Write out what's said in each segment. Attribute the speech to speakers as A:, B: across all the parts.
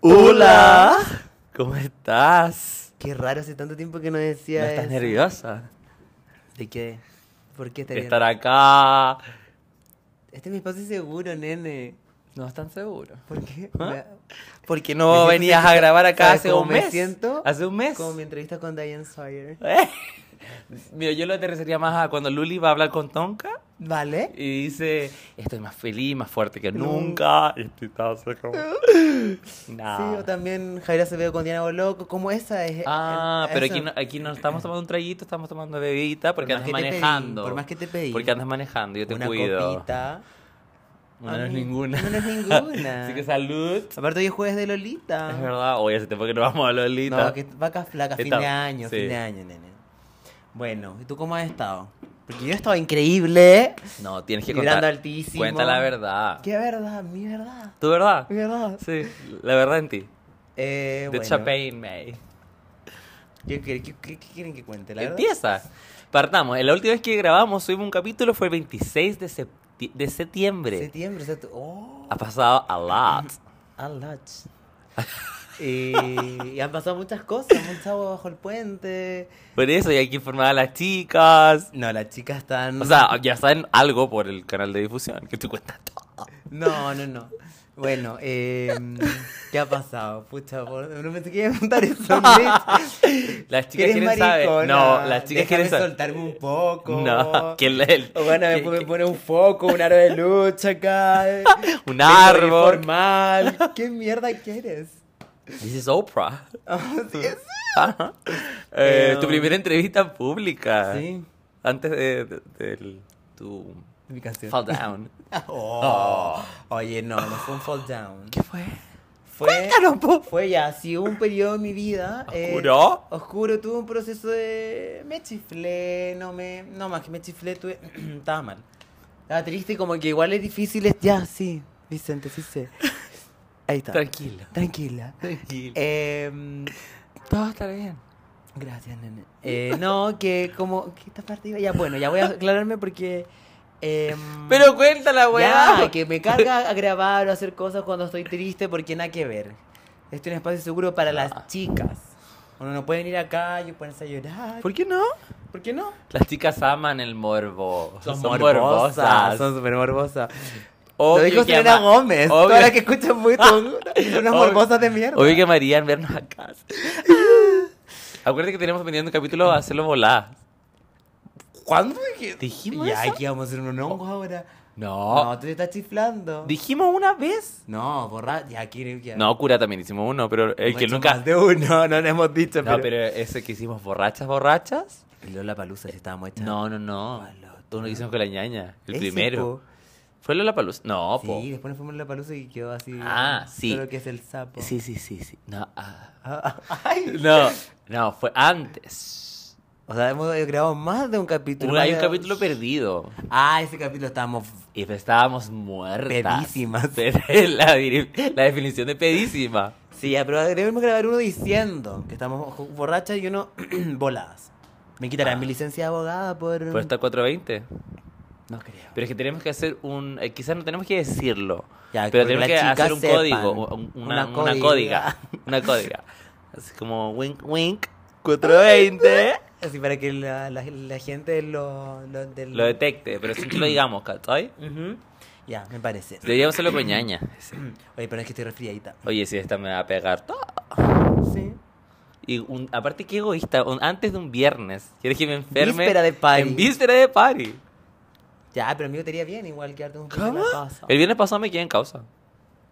A: Hola, ¿cómo estás?
B: Qué raro, hace tanto tiempo que no decía
A: ¿No estás
B: eso.
A: nerviosa?
B: ¿De qué? ¿Por qué
A: De
B: estaría
A: estar acá.
B: Este es mi espacio seguro, nene.
A: No están seguro.
B: ¿Por qué?
A: ¿Ah?
B: Me-
A: Porque
B: Me
A: no
B: siento
A: venías a
B: sexy.
A: grabar acá
B: ¿Sabes
A: hace
B: cómo
A: un
B: me
A: mes.
B: siento?
A: Hace un mes.
B: Como mi entrevista con Diane Sawyer.
A: Mira, yo lo aterrizaría más a cuando Luli va a hablar con Tonka
B: ¿Vale?
A: y dice, estoy más feliz, más fuerte que nunca. Y estoy tan seco. Nah.
B: Sí, o también Javier Acevedo con Diana Boloco, como esa es.
A: Ah,
B: el-
A: pero
B: eso.
A: aquí no, aquí no estamos tomando un traguito, estamos tomando bebidita porque
B: Por más
A: andas
B: que te pedí,
A: manejando.
B: por más que te pedí.
A: Porque andas manejando, yo te
B: Una
A: cuido.
B: copita.
A: No, no
B: A
A: es
B: mí-
A: ninguna.
B: No, no es ninguna.
A: Así que salud.
B: Aparte hoy es jueves de Lolita.
A: Es verdad, oye, hace tiempo que no vamos a Lolita.
B: Ah. No, que vacas flacas, fin
A: Está-
B: de año,
A: sí.
B: fin de año, nene. Bueno, ¿y tú cómo has estado? Porque yo he estado increíble.
A: No, tienes que
B: Vibrando
A: contar.
B: altísimo.
A: Cuenta la verdad.
B: ¿Qué verdad? Mi verdad.
A: ¿Tu verdad?
B: Mi verdad.
A: Sí, la verdad en ti.
B: Eh,
A: De
B: bueno,
A: Champagne May.
B: yo que- que- que- ¿Qué quieren que cuente? La verdad.
A: Empieza. Partamos. La última vez que grabamos, subimos un capítulo fue el 26 de, septi- de septiembre.
B: Septiembre, o sea, tú- oh,
A: Ha pasado a lot.
B: a lot. Eh, y han pasado muchas cosas, un chavo bajo el puente.
A: Por eso, y hay que informar a las chicas.
B: No, las chicas están...
A: O sea, ya saben algo por el canal de difusión, que tú cuentas todo.
B: No, no, no. Bueno, eh, ¿qué ha pasado? Pucha, por- no me te quería preguntar eso, Mitch.
A: Las chicas
B: ¿Eres
A: quieren saber. No,
B: maricona?
A: las chicas
B: Déjame
A: quieren saber.
B: soltarme un poco.
A: No, que el- el-
B: O
A: que-
B: bueno, después
A: que-
B: me pone un foco, un aro de lucha acá. eh,
A: un árbol.
B: Formal. ¿Qué mierda quieres? Ah,
A: This is Oprah. Ajá.
B: Eh,
A: Eh, tu primera entrevista pública.
B: Sí.
A: Antes de, de- del- tu
B: Mi canción.
A: fall down.
B: Oh. Oye, no, no fue un fall down.
A: ¿Qué fue?
B: Fue, fue ya, sí, hubo un periodo en mi vida. eh,
A: ¿Oscuro?
B: oscuro, tuve un proceso de. Me chiflé, no me. No, más que me chiflé, tuve. Estaba mal. Estaba triste, como que igual es difícil. es- Ya, sí, Vicente, sí sé. Ahí está.
A: Tranquila.
B: Tranquila.
A: Tranquila.
B: Em,
A: Todo va a estar bien.
B: gracias, nene. Eh, no, que como. Que esta parte iba. Ya, bueno, ya voy a aclararme porque. em,
A: Pero cuéntala, weá.
B: ya, que me carga a grabar o hacer cosas cuando estoy triste porque nada que ver. Este es un espacio seguro para
A: Ah.
B: las chicas. Uno no puede venir acá y ponerse a llorar.
A: ¿Por qué no?
B: ¿Por qué no?
A: Las chicas aman el morbo.
B: Son súper morbosas.
A: Obvio
B: Lo dijo
A: que
B: Selena
A: ama-
B: Gómez.
A: obvio-
B: Todas las que escuchan muy son unas
A: Obvio-
B: morbosas de mierda.
A: Obvio que amarían vernos acá. Acuérdate que teníamos pendiente un capítulo a hacerlo volar.
B: ¿Cuándo dije-
A: ¿Dijimos
B: Ya,
A: eso?
B: aquí vamos a hacer unos hongos
A: Oh.
B: ahora.
A: No.
B: No, tú te estás chiflando.
A: ¿Dijimos una vez?
B: No, borra. Ya, aquí. Ya.
A: No, cura también hicimos uno, pero el
B: Hemos
A: que
B: hecho
A: nunca.
B: más de uno, no lo hemos dicho.
A: No, pero ese que hicimos borrachas, borrachas.
B: Lola Palusa, si estábamos hechas.
A: No, no, no.
B: ¿Cuál otro?
A: Tú no hicimos con la ñaña. El
B: Ese,
A: primero.
B: po.
A: ¿Fue Lola Palus? No, po.
B: Sí, después nos fuimos a la palusa y quedó así.
A: Ah, sí.
B: Todo lo que es el sapo.
A: Sí, sí, sí, sí. No, ah.
B: Ah, ah, ay.
A: no, no, fue antes.
B: O sea, hemos grabado más de un capítulo.
A: Un-
B: más
A: hay un
B: de-
A: capítulo perdido.
B: Ah, ese capítulo estábamos.
A: Y pues estábamos muertas.
B: Pedísimas.
A: Pe- La, dir- la definición de pedísima.
B: Sí, ya, pero debemos grabar uno diciendo que estamos jo- borrachas y uno voladas. Me quitarán
A: Ah.
B: mi licencia de abogada por.
A: Fue hasta 420.
B: No creo.
A: Pero es que tenemos que hacer un. eh, quizás no tenemos que decirlo.
B: Ya,
A: pero
B: porque
A: tenemos que
B: las chicas
A: hacer un
B: sepan.
A: código. un- Una,
B: Una
A: una
B: códiga.
A: códiga. Una códiga. Así como wink, wink, 420.
B: Así para que la, la- la gente lo. lo, del-
A: lo detecte, pero sin que lo digamos, ¿cachai?
B: Ujú. Ya, me parece.
A: Deberíamos hacerlo con ñaña.
B: Oye, pero es que estoy resfriadita.
A: Oye, si esta me va a pegar todo.
B: Sí.
A: Y un- aparte, qué egoísta. un- antes de un viernes, quieres que me enferme.
B: Víspera de party.
A: En víspera de party.
B: Ya, pero amigo, te iría bien igual quedarte un poco en
A: ¿Cómo?
B: la casa.
A: El viernes pasado me quedé en causa.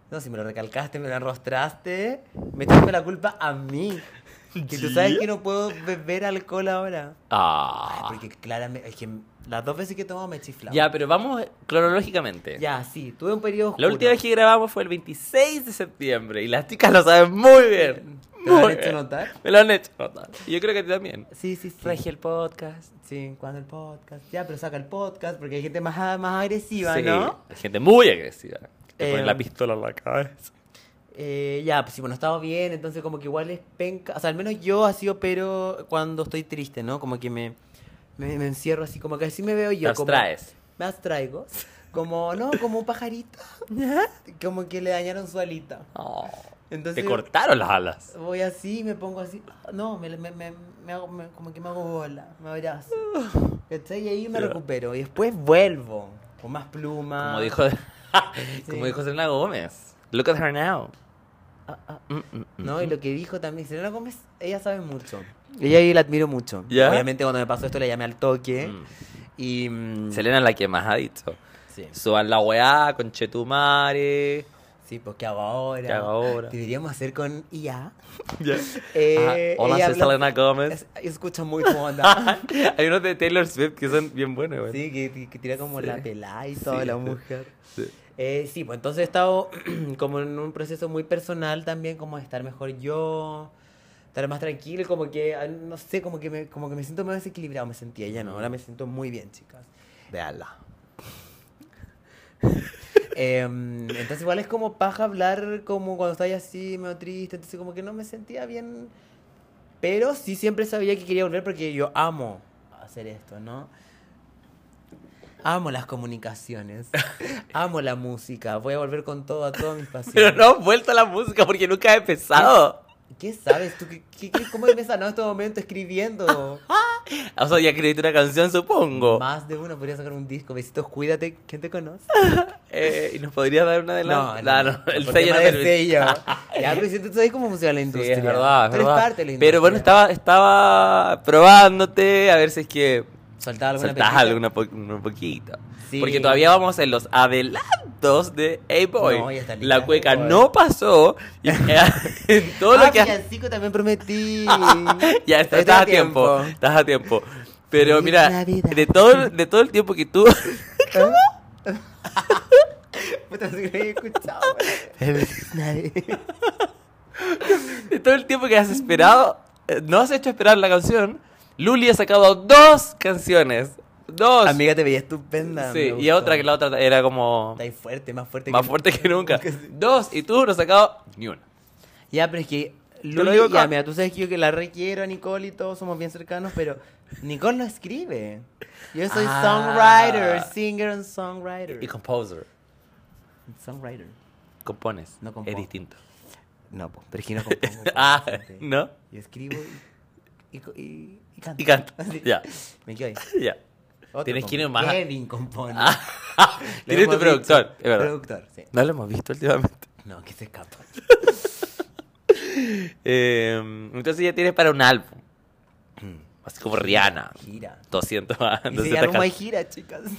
B: No, si me lo recalcaste, me lo enrostraste, me echaste la culpa a mí. Que tú sabes que no puedo beber alcohol ahora. Ay,
A: Ah.
B: porque claramente, es que las dos veces que he tomado me he chiflado.
A: Ya, pero vamos cronológicamente.
B: Ya, sí, tuve un periodo oscuro.
A: La última vez que grabamos fue el 26 de septiembre. Y las chicas lo saben muy bien.
B: ¿Te lo han
A: muy
B: hecho
A: bien.
B: notar?
A: Me lo han hecho notar. Y yo creo que a ti también.
B: Sí, sí, sí.
A: Regi el podcast.
B: Sí, cuando el podcast. Ya, pero saca el podcast porque hay gente más, más agresiva,
A: Sí,
B: ¿no?
A: hay gente muy agresiva. que Te ponen
B: Eh,
A: la pistola en la cabeza.
B: Eh, ya, pues si bueno, he estado bien, entonces como que igual es penca. O sea, al menos yo así opero cuando estoy triste, ¿no? Como que me, me, me encierro así, como que así me veo yo.
A: Las
B: como-
A: traes.
B: Me abstraigo. Como, no, como un pajarito. Como que le dañaron su alita.
A: Oh,
B: ¿Ah? Entonces-
A: te cortaron las alas.
B: Voy así, me pongo así. No, me, me, me, me hago, me- como que me hago bola, me abrazo. ¿Cachai? Y ahí me
A: Ya.
B: recupero. Y después vuelvo. Con más plumas.
A: Como dijo, como dijo Selena Gómez. Look at her now.
B: Ah, ah.
A: Mm, mm, mm.
B: No, y lo que dijo también, Selena Gómez, ella sabe mucho. Ella yo la admiro mucho.
A: ¿Ya?
B: Obviamente cuando me pasó esto la llamé al toque.
A: Mm.
B: Y... mm,
A: Selena es la que más ha dicho.
B: sí.
A: Suban la weá con Chetumare.
B: Sí, pues ¿qué hago ahora?
A: ¿Qué hago ahora?
B: Deberíamos hacer con IA.
A: Ajá.
B: Eh,
A: Hola,
B: ella
A: soy
B: habla-
A: Selena Gómez.
B: Es- escucha mucho
A: Ah,
B: onda.
A: Hay unos de Taylor Swift que son bien buenos, güey.
B: sí, que, que- que tira como
A: Sí.
B: la pelada y toda
A: Sí.
B: la mujer.
A: Sí.
B: Eh, sí, pues entonces he estado como en un proceso muy personal también, como de estar mejor yo, estar más tranquilo, como que, ah, no sé, como que me, como que me siento más desequilibrado, me sentía ya no, ahora me siento muy bien, chicas. Veanla. Em, entonces igual es como paja hablar como cuando estás así, medio triste, entonces como que no me sentía bien, pero sí siempre sabía que quería volver porque yo amo hacer esto, ¿no? Amo las comunicaciones. Amo la música. Voy a volver con todo a todas mis
A: Pero
B: pasiones.
A: no han vuelto a la música porque nunca he empezado.
B: ¿Qué sabes tú? ¿Qué, qué, qué- cómo empiezas en este momento escribiendo?
A: O sea, ya escribiste una canción, supongo.
B: Más de uno podría sacar un disco. Besitos, cuídate. ¿Quién te conoce?
A: Eh, ¿Y nos podrías dar una de las... Nah, no, el
B: por
A: sello
B: tema
A: no
B: de
A: permite.
B: sello. Ya, pero si tú sabes cómo funciona la
A: Sí,
B: industria.
A: es verdad, es
B: Tú eres
A: verdad.
B: parte de la industria.
A: Pero bueno, estaba, estaba probándote a ver si es que
B: Soltaba alguna
A: saltás
B: pepita.
A: alguna po- un poquito.
B: Sí.
A: Porque todavía vamos en los adelantos de Hey Boy.
B: No, ya está lista,
A: la cueca
B: Hey Boy.
A: no pasó. Y en todo
B: ah,
A: lo que... ha-
B: villancico también prometí.
A: ya está,
B: Estoy
A: estás a tiempo. Estás a tiempo. Pero
B: Feliz
A: mira,
B: Navidad.
A: de todo, de todo el tiempo que tú...
B: Puta, si lo había escuchado.
A: De todo el tiempo que has esperado, eh, no has hecho esperar la canción. Luli ha sacado dos canciones. Dos.
B: Amiga, te veía estupenda.
A: sí,
B: me
A: y otra
B: gustó.
A: que la otra era como
B: Está ahí fuerte, más fuerte
A: más fuerte que nunca.
B: sí.
A: Dos, y tú no has sacado ni una.
B: Ya, pero es que.
A: lo
B: Luli-
A: digo
B: ya,
A: con-
B: mira, tú sabes que yo que la requiero a Nicole y todos somos bien cercanos, pero Nicole no escribe. Yo soy
A: Ah.
B: songwriter, singer and songwriter.
A: Y composer.
B: Songwriter.
A: Compones.
B: No compongo.
A: Es distinto.
B: No, po, pero es que no compongo.
A: Ah,
B: presente.
A: ¿no?
B: Yo escribo y, y, co- y- y canto.
A: Y canta.
B: Así.
A: Ya,
B: Me quedo ahí.
A: ya.
B: Otro
A: Tienes que ir
B: compone.
A: más-
B: Kevin compone. Lo
A: Tienes
B: hemos
A: tu
B: dicho.
A: este productor, es verdad.
B: Productor, sí.
A: No lo hemos visto últimamente.
B: No, que se escapa.
A: Eh, entonces ya tienes para un álbum. Así como Rihanna.
B: Gira.
A: 200 a-
B: Y se
A: 200
B: ganó
A: canciones.
B: más gira, chicas.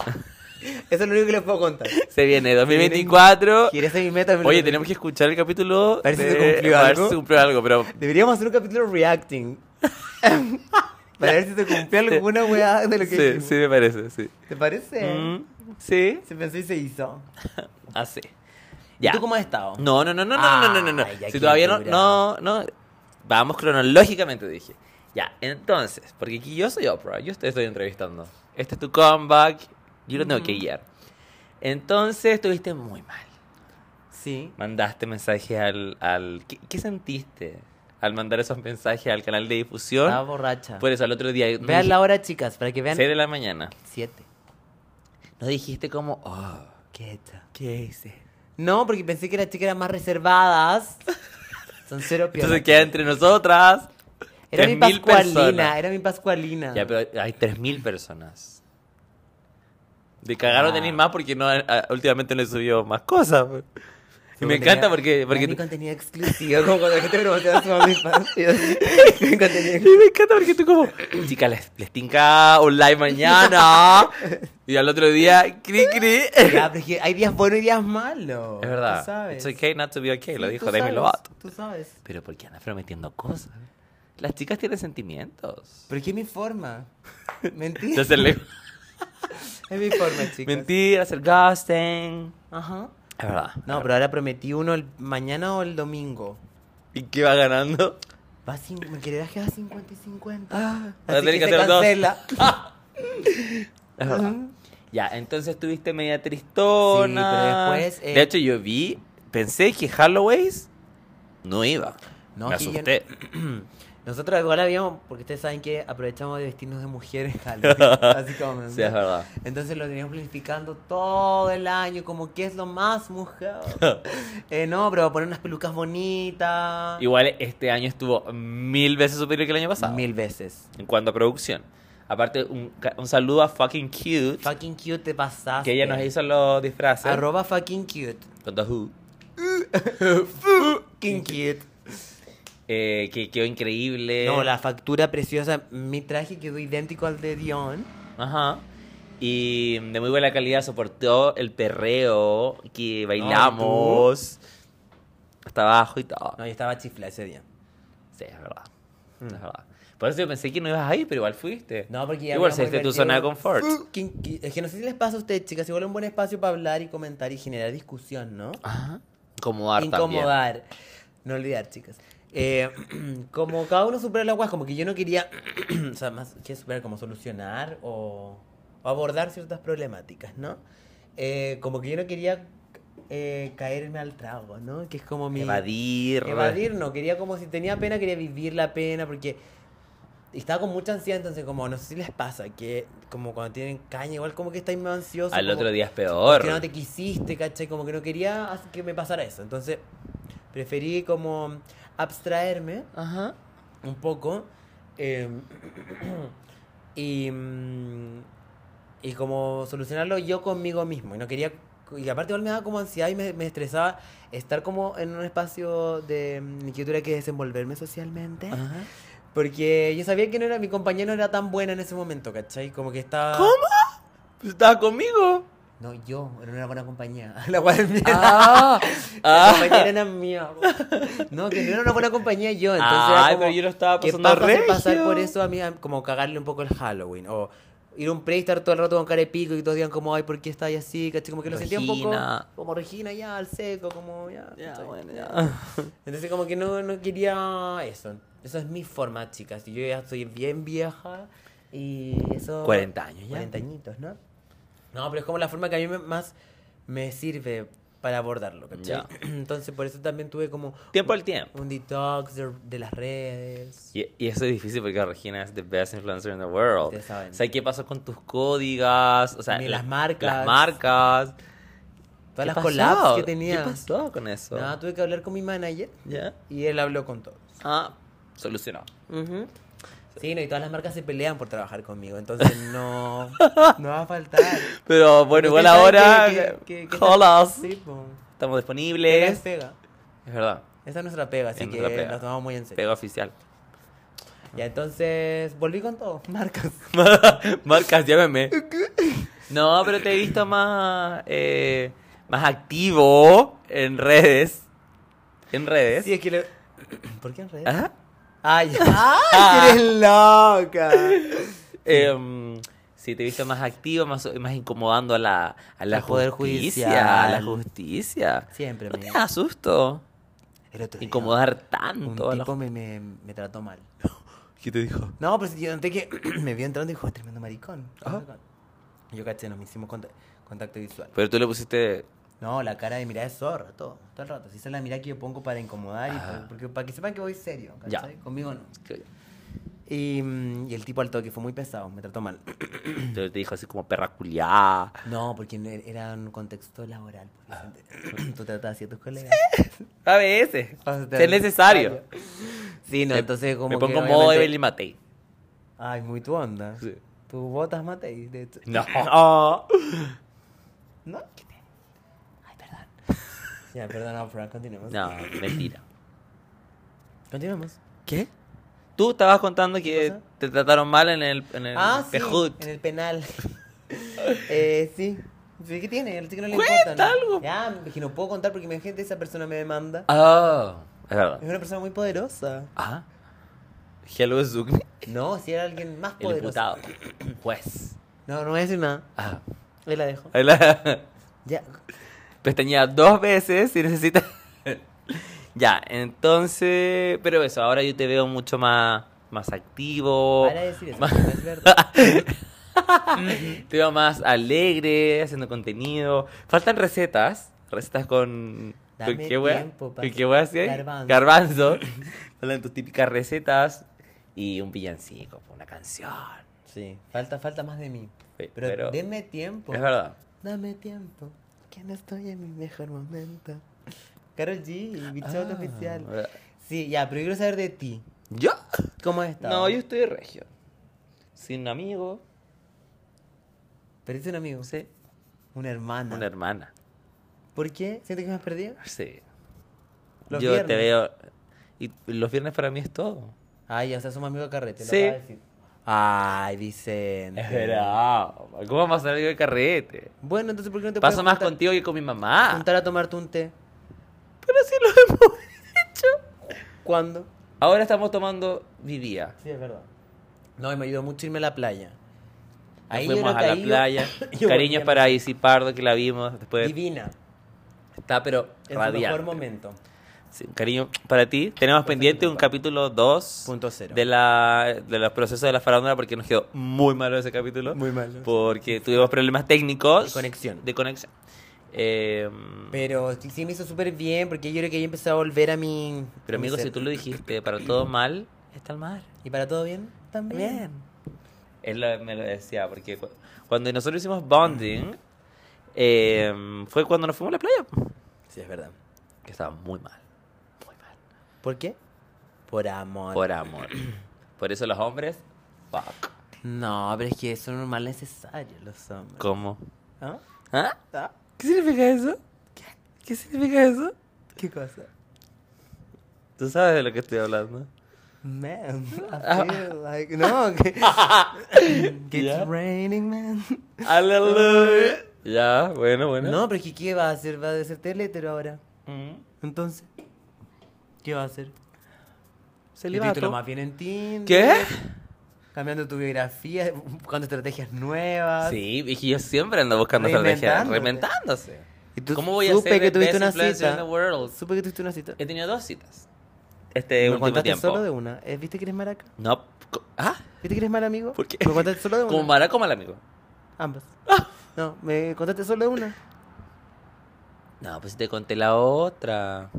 B: Eso es lo único que les puedo contar.
A: Se viene 2024.
B: Gira, esa es mi meta. pero-
A: Oye, tenemos que escuchar el capítulo.
B: A ver si
A: de-
B: se cumplió
A: a ver
B: algo.
A: si se cumplió algo, pero.
B: Deberíamos hacer un capítulo reacting. Para ver si se cumplió alguna weá de lo que
A: Sí,
B: dijimos.
A: sí, me parece, sí.
B: ¿Te parece?
A: Mm, sí,
B: Se pensó y se hizo.
A: así.
B: ¿Y
A: Ya.
B: ¿Tú cómo has estado?
A: No, no, no, no, no, no, no, no.
B: Ay, ya
A: Si
B: qué
A: todavía no,
B: dura.
A: no, no. Vamos cronológicamente, dije. Ya, entonces, porque aquí yo soy Oprah, yo te estoy entrevistando. Este es tu comeback, yo lo
B: Mm.
A: tengo que guiar. Entonces, estuviste muy mal.
B: Sí.
A: Mandaste mensaje al... al ¿qué, qué sentiste al mandar esos mensajes al canal de difusión?
B: Estaba borracha.
A: Por eso, al otro día... no
B: Ah, Vean
A: dij-
B: la hora, chicas, para que vean.
A: 6 de la mañana.
B: Siete.
A: No dijiste como... Oh,
B: ¿Qué hecha?
A: ¿Qué hice?
B: No, porque pensé que las chicas eran más reservadas. Son cero piolas.
A: Entonces queda entre nosotras.
B: Era mi
A: 3.000
B: pascualina,
A: personas.
B: era mi pascualina.
A: Ya, pero hay 3.000 personas. De cagaron
B: Ah.
A: tenéis más porque no, ah, últimamente no he subido más cosas. pues. Y me encanta porque... porque
B: mi
A: tú-
B: contenido exclusivo, como cuando la gente preguntaba a su mamá y Mi contenido
A: y me encanta porque tú como... Chica, les, les tinca un live mañana. y al otro día... Cri, cri.
B: Ya, pero es que hay días buenos y días malos.
A: es
B: Tú
A: verdad.
B: sabes.
A: It's okay not to be okay. Lo
B: Sí,
A: dijo
B: tú
A: Demi
B: sabes,
A: Lovato.
B: Tú sabes.
A: Pero ¿por qué andas prometiendo cosas? Las chicas tienen sentimientos.
B: Pero es que es mi forma. Mentira.
A: Entonces le...
B: es mi forma, chicas.
A: Mentir, hacer ghosting.
B: Ajá.
A: Es verdad.
B: No, pero ahora prometí uno el mañana o el domingo.
A: ¿Y qué va ganando?
B: Va a cin- me quererás que va a 50 y 50.
A: Ah, Ahora
B: Así
A: tenés
B: que,
A: que
B: se
A: hacer dos.
B: cancela.
A: Es verdad. Ya, entonces estuviste media
B: Sí,
A: tristona.
B: pero después, eh,
A: De hecho, yo vi, pensé que Halloween no iba.
B: No,
A: Me
B: que yo-
A: asusté.
B: Yo, Nosotros igual habíamos, porque ustedes saben que aprovechamos de vestirnos de mujeres, así como.
A: Sí, es verdad.
B: Entonces lo teníamos planificando todo el año, como que es lo más mujer. Eh, no, pero poner unas pelucas bonitas.
A: Igual este año estuvo mil veces superior que el año pasado.
B: Mil veces.
A: En cuanto a producción. Aparte, un, ca- un saludo a fucking cute.
B: Fucking cute te pasaste.
A: que ella nos hizo los disfraces.
B: Arroba fucking cute.
A: Con dos U.
B: Fucking cute.
A: Eh, que quedó increíble.
B: No, la factura preciosa. Mi traje quedó idéntico al de Dion.
A: Ajá. Y de muy buena calidad soportó el perreo que bailamos. hasta abajo y todo.
B: No, yo estaba chifla ese día.
A: Sí, es verdad. Es verdad. Por eso yo pensé que no ibas a ir, pero igual fuiste.
B: No, porque ya
A: Igual
B: habíamos
A: saliste de tu
B: invertido-
A: zona de confort.
B: Fucking cute. Es que no sé si les pasa a ustedes, chicas, igual es un buen espacio para hablar y comentar y generar discusión, ¿no?
A: Ajá. Incomodar, también.
B: Incomodar. No olvidar, chicas. Eh, como cada uno supera la guas, como que yo no quería, o sea, más que superar, como solucionar o, o abordar ciertas problemáticas, ¿no? Eh, como que yo no quería eh, caerme al trago, ¿no? Que es como mi...
A: Evadir.
B: Evadir no, quería como si tenía pena, quería vivir la pena, porque estaba con mucha ansiedad, entonces como no sé si les pasa, que como cuando tienen caña, igual como que estáis más ansiosos.
A: Al
B: como
A: otro día es peor.
B: Que no te quisiste, ¿cachai? Como que no quería as- que me pasara eso. Entonces preferí como abstraerme
A: Ajá.
B: un poco eh, y, mm, y como solucionarlo yo conmigo mismo. Y no quería... Y aparte igual me daba como ansiedad y me, me estresaba estar como en un espacio de mm, inquietud que desenvolverme socialmente.
A: Ajá.
B: Porque yo sabía que no era, mi compañía no era tan buena en ese momento, ¿cachai? Como que estaba...
A: Pues estabas conmigo.
B: No, yo, no era buena compañía. La cual mía.
A: Ah.
B: La
A: Ah.
B: compañía era mía. No, que no era una buena compañía yo. Entonces era
A: Ay,
B: como-
A: pero yo lo estaba
B: que
A: pasando
B: paja hacer
A: regio.
B: pasar por eso a mí, a- como cagarle un poco el Halloween. O ir a un pre y estar todo el rato con cara de pico y todos digan como, ay, ¿por qué estás así? ¿Cachai? Como que lo sentía un poco
A: Regina.
B: como Regina ya, al seco, como ya.
A: Ya,
B: ¿cachai?
A: bueno, ya.
B: Entonces como que no, no quería eso. Eso es mi forma, chicas. Y Yo ya estoy bien vieja y eso...
A: 40 años ya.
B: 40 añitos, ¿no? No, pero es como la forma que a mí me- más me sirve para abordarlo, ¿cachai?
A: Ya.
B: Entonces por eso también tuve como...
A: Tiempo al tiempo.
B: Un detox de, de las redes.
A: Y, y eso es difícil porque Regina es the best influencer in the world.
B: Ustedes saben.
A: O sea, ¿qué pasó con tus códigas? O sea,
B: Ni
A: la-
B: las marcas.
A: Las marcas.
B: Todas
A: ¿Qué
B: las
A: pasó?
B: collabs que tenía.
A: ¿Qué pasó con eso?
B: Nada, tuve que hablar con mi manager
A: ¿Ya?
B: y él habló con todos.
A: Ah, solucionado.
B: Sí, no, y todas las marcas se pelean por trabajar conmigo, entonces no, no va a faltar.
A: Pero bueno, igual ahora.
B: que,
A: call us.
B: Sí, po.
A: Estamos
B: Pega es
A: disponibles.
B: pega.
A: Es verdad.
B: Esa es nuestra pega, así
A: Es
B: que
A: nuestra pega.
B: nos tomamos muy en serio.
A: Pega oficial.
B: Ya, entonces, volví con todo. Marcas.
A: Marcas, llámeme. No, pero te he visto más. eh, más activo en redes. En redes.
B: Sí, es que le... ¿Por qué en redes? Ah,
A: Ajá.
B: ¡Ay!
A: Ah,
B: ¡Ay, eres loca!
A: Em, sí, te he visto más activo, más, más incomodando a la, a la
B: Al Poder
A: justicia,
B: Judicial.
A: A la justicia.
B: Siempre
A: No
B: me...
A: te asusto
B: El otro día,
A: incomodar
B: Un
A: tanto a la
B: tipo me, me, me trató mal.
A: ¿Qué te dijo?
B: No, pero si yo noté que me vio entrando y dijo, "Oh, tremendo maricón.
A: Ah.
B: maricón". Y Yo caché, nos hicimos conta- contacto visual.
A: Pero tú le pusiste.
B: No, la cara de mirada de zorra, todo, todo el rato. Si esa es la mirada que yo pongo para incomodar y
A: Ah.
B: para, porque, para que sepan que voy serio,
A: Ya.
B: ¿cachai? Conmigo no. Y, mm, y el tipo al toque fue muy pesado, me trató mal.
A: Pero te dijo así como perra culiá.
B: No, porque no era- era un contexto laboral. pues, Tú tratabas así a tus colegas.
A: A veces.
B: O sea,
A: Si es necesario.
B: Sí, no,
A: Me-
B: entonces como
A: Me
B: que
A: pongo modo
B: obviamente-
A: Evelyn Matei.
B: Ay, muy tu onda.
A: Sí.
B: Tus botas, Matei, de hecho.
A: No.
B: Oh. ¿No? Ay, perdón. Ya, perdón, no, Fran, continuemos.
A: No, mentira.
B: Continuemos.
A: ¿Qué? Tú estabas contando que
B: pasa?
A: te trataron mal en el, en el
B: ah, sí,
A: Pejut.
B: en el penal. eh, sí. Sí, ¿Qué tiene? El chico no le
A: Cuenta
B: importa, ¿no?
A: algo.
B: Ya, es que no puedo contar porque imagínate, esa persona me demanda.
A: Ah, es verdad.
B: Es una persona muy poderosa.
A: Ah. Hello, Zugni.
B: No, si era alguien más
A: El
B: poderoso.
A: diputado. Juez.
B: No, no voy a decir nada.
A: Ah.
B: Ahí la dejo.
A: Ahí la-
B: Ya.
A: Pestañea dos veces si necesitas. ya, entonces. Pero eso, ahora yo te veo mucho más, más activo.
B: Para de decir eso,
A: más-
B: porque no es verdad.
A: te veo más alegre, haciendo contenido. Faltan recetas. Recetas con.
B: Dame
A: ¿Con qué wea?
B: tiempo,
A: ¿Con
B: pasa.
A: qué wea así?
B: Garbanzo.
A: Garbanzo. Faltan tus típicas recetas. y un villancico, una canción.
B: Sí, falta, falta más de mí.
A: Sí,
B: Pero,
A: pero-
B: denme tiempo.
A: Es verdad.
B: Dame tiempo, que no estoy en mi mejor momento. Carol G, y bichote
A: Ah,
B: oficial.
A: ¿verdad?
B: Sí, ya, pero yo quiero saber de ti.
A: ¿Yo?
B: ¿Cómo has estado?
A: No, yo estoy regio. Sin amigo,
B: Perdiste un amigo.
A: no sé,
B: Una hermana.
A: una hermana.
B: ¿Por qué? ¿Sientes que me has perdido?
A: Sí.
B: Los
A: yo te
B: viernes.
A: veo. Y los viernes para mí es todo.
B: Ah, ya, o sea, somos amigos de carrete. lo
A: Sí.
B: acabas de decir. Ay, Vicente.
A: Es verdad. ¿Cómo vamos a salir de carrete?
B: Bueno, entonces, ¿por qué no te
A: Paso
B: puedes
A: más
B: juntar-
A: contigo que con mi mamá.
B: juntar a tomarte un té?
A: Pero sí lo hemos hecho.
B: ¿Cuándo?
A: Ahora estamos tomando vivía.
B: Sí, es verdad. No, y me ayudó mucho irme a la playa. Ahí yo
A: fuimos
B: creo
A: a
B: que
A: la
B: ahí yo-
A: playa.
B: yo
A: Cariños
B: volví a-
A: para Isi Pardo que la vimos después.
B: Divina.
A: Está pero
B: En su mejor
A: radiante.
B: momento.
A: Sí, cariño para ti. Tenemos pendiente un capítulo 2
B: Punto cero.
A: de la de los procesos de la farándula porque nos quedó muy malo ese capítulo.
B: Muy malo.
A: Porque tuvimos problemas técnicos.
B: De conexión.
A: De conexión. Eh,
B: Pero sí- sí me hizo súper bien porque yo creo que ahí empecé a volver a mi.
A: pero
B: a mi
A: amigo,
B: ser.
A: si tú lo dijiste, para todo mal, está el mar.
B: ¿Y para todo bien?
A: Él lo- me lo decía, porque cu- cuando nosotros hicimos bonding, eh, fue cuando nos fuimos a la playa.
B: Sí, es verdad.
A: Que estaba muy mal. Muy mal.
B: ¿Por qué? Por amor.
A: Por amor. Por eso los hombres, fuck.
B: No, pero es que eso es un mal necesario, los hombres.
A: ¿Cómo?
B: ¿Ah?
A: ¿Ah?
B: ¿Ah?
A: ¿Qué significa eso? ¿Qué? ¿Qué significa eso?
B: ¿Qué cosa?
A: Tú sabes de lo que estoy hablando.
B: Man, I feel like. No, que. que it's
A: Ya.
B: raining, man.
A: Aleluya. Ya, bueno, bueno. Mm.
B: No, pero es que ¿qué va a hacer? ¿Va a ser telétero ahora? Entonces, ¿qué va a hacer?
A: Celibato.
B: El título más bien en Tinder.
A: ¿Qué?
B: Cambiando tu biografía, buscando estrategias nuevas.
A: Sí, y que yo siempre ando buscando estrategias. Reinventándose.
B: Y tú
A: ¿Cómo voy a
B: supe
A: ser the
B: que tuviste
A: best
B: una
A: influencer in
B: cita.
A: the world?
B: Supe que tuviste una cita.
A: He tenido dos citas. Este
B: Me
A: último
B: contaste
A: tiempo.
B: solo de una. Eh, ¿Viste que eres maraca?
A: No. co- Ah,
B: ¿Viste que eres mal amigo?
A: ¿Por qué?
B: Me contaste solo de una.
A: como Mara, como el amigo.
B: Ambas. No, me contaste solo de una.
A: No, pues te conté la otra.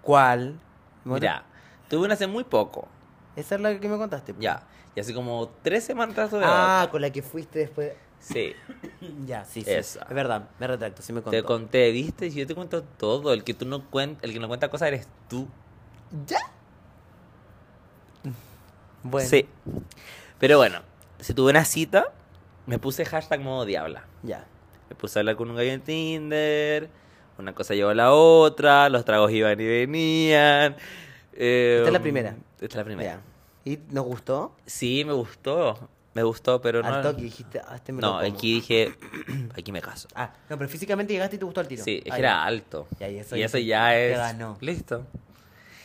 B: ¿Cuál? Me contaste-
A: Mira, tuve una hace muy poco.
B: Esa es la que me contaste. po.
A: Ya. Y hace como tres semanas atrás tuve
B: Ah,
A: otra.
B: con la que fuiste después. Mm,
A: Sí.
B: ya, sí, sí.
A: Esa.
B: Es verdad, me retracto, sí me contó.
A: Te conté, viste, yo te cuento todo. El que tú no cuentas, el que no cuenta cosas eres tú.
B: ¿Ya? Bueno,
A: Sí. Pero bueno, si tuve una cita, me puse hashtag modo diabla.
B: ya.
A: Me puse a hablar con un gallo en Tinder. Una cosa llevó a la otra. Los tragos iban y venían. eh,
B: Esta es la primera.
A: Esta es la primera.
B: Ya. ¿Y nos gustó?
A: Sí, me gustó. Me gustó, pero no.
B: al toque dijiste, ah, este me lo
A: no,
B: como.
A: aquí dije, aquí me caso.
B: Ah, no, pero físicamente llegaste y te gustó el tiro.
A: Sí, es
B: Ah,
A: que
B: ya.
A: era alto.
B: Ya, y eso
A: y
B: ya
A: eso
B: te-
A: ya
B: te
A: es.
B: ganó.
A: Listo.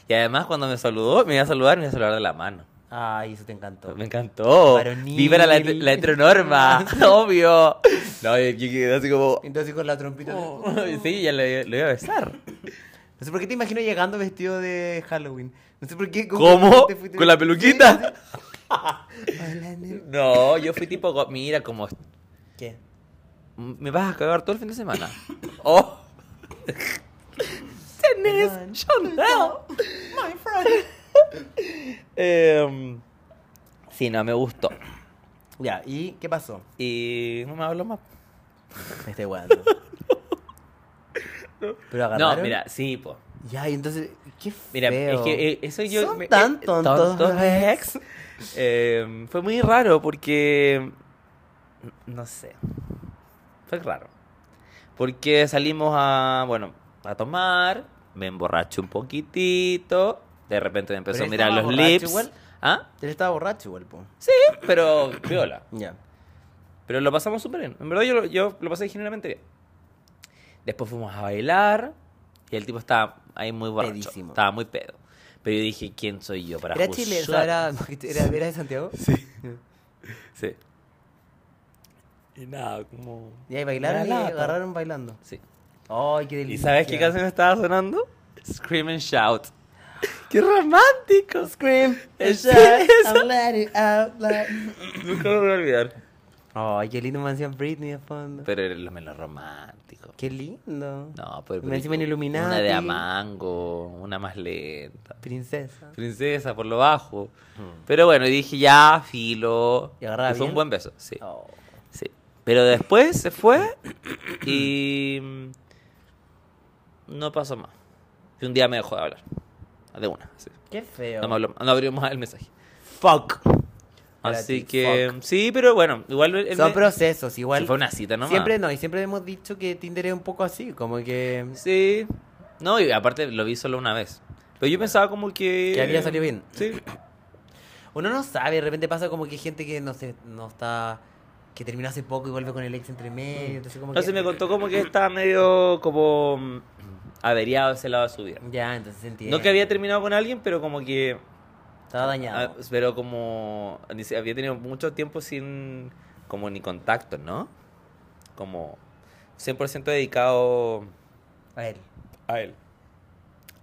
A: Y además, cuando me saludó, me iba a saludar, me iba a saludar de la mano.
B: Ay, Ah, eso te encantó.
A: Me encantó.
B: Varonil.
A: Viva la, la heteronorma, obvio. No, yo yo quedé así como.
B: Entonces con la trompita.
A: Sí, ya lo, lo iba a besar.
B: No sé por qué te imagino llegando vestido de Halloween. No sé por qué.
A: ¿Cómo?
B: te fuiste-
A: ¿Con la peluquita?
B: Hola, ne-
A: No, yo fui tipo, go- mira, como.
B: ¿Qué?
A: Me vas a cagar todo el fin de semana. Oh. Tenés
B: Perdón.
A: Chantal.
B: My friend.
A: Em, sí, no, me gustó.
B: Ya, ¿y qué pasó?
A: Y no me habló más.
B: Me estoy guardando. Pero agarraron.
A: No, mira, sí, po.
B: Ya, y entonces, qué feo.
A: Mira, es que eh, eso yo...
B: Son
A: me-
B: tan
A: eh,
B: tontos los ex.
A: Eh, fue muy raro porque... No sé. Fue raro. Porque salimos a, bueno, a tomar, me emborraché un poquitito, de repente me empezó
B: Pero
A: a
B: él
A: mirar
B: estaba
A: los
B: borracho
A: lips.
B: igual.
A: ¿Ah?
B: Él estaba borracho igual, po.
A: Sí, pero viola.
B: Ya.
A: Pero lo pasamos súper bien. En verdad yo, lo- yo lo pasé generalmente bien. Después fuimos a bailar y el tipo estaba ahí muy borracho.
B: Pedísimo.
A: Estaba muy pedo. Pero yo dije, ¿quién soy yo para
B: ¿Era
A: juzgar?
B: Chile? O sea, era, era, ¿Era de Santiago?
A: Sí. Sí. Y nada, como...
B: Y ahí bailaron y
A: Una lata.
B: agarraron bailando.
A: Sí.
B: Ay, qué
A: ¿Y
B: delicia.
A: sabes qué canción estaba sonando? Scream and Shout. ¡Qué romántico! Scream
B: Esa-
A: Shout.
B: I'm let it out, like-
A: Nunca lo voy a olvidar.
B: Ay, qué lindo mansión Britney de fondo.
A: Pero eres los menos románticos.
B: Qué lindo.
A: No, pero.
B: Y me encima en Illuminati.
A: Una de Amango, una más lenta.
B: Princesa.
A: Princesa, por lo bajo. Pero bueno, y dije ya, filo.
B: Hmm. Y agarraba
A: fue
B: bien.
A: un buen beso, sí.
B: Oh.
A: sí. Pero después se fue y. mm, No pasó más. Y un día me dejó de hablar. De una, sí.
B: Qué feo.
A: No me habló más, no abrió más el mensaje.
B: Fuck. Para
A: Así
B: ti,
A: que. Sí, pero bueno, igual. él
B: Son
A: me-
B: procesos, igual.
A: se fue una cita nomás.
B: Siempre no, y siempre hemos dicho que Tinder es un poco así, como que,
A: Sí. No, y aparte lo vi solo una vez. Pero yo pensaba como que. eh,
B: que había salido bien.
A: Sí.
B: Uno no sabe, de repente pasa como que hay gente que no sé, no está, que terminó hace poco y vuelve con el ex entre medio, entonces como
A: Entonces
B: que...
A: Mm. me contó como que estaba medio como mm, averiado ese lado de su vida.
B: Ya, entonces entiendo.
A: No que había terminado con alguien, pero como que.
B: Estaba dañado.
A: ah, Pero como. dice, Había tenido mucho tiempo sin. Como ni contacto, ¿no? Como. 100% dedicado
B: A ver,
A: a él.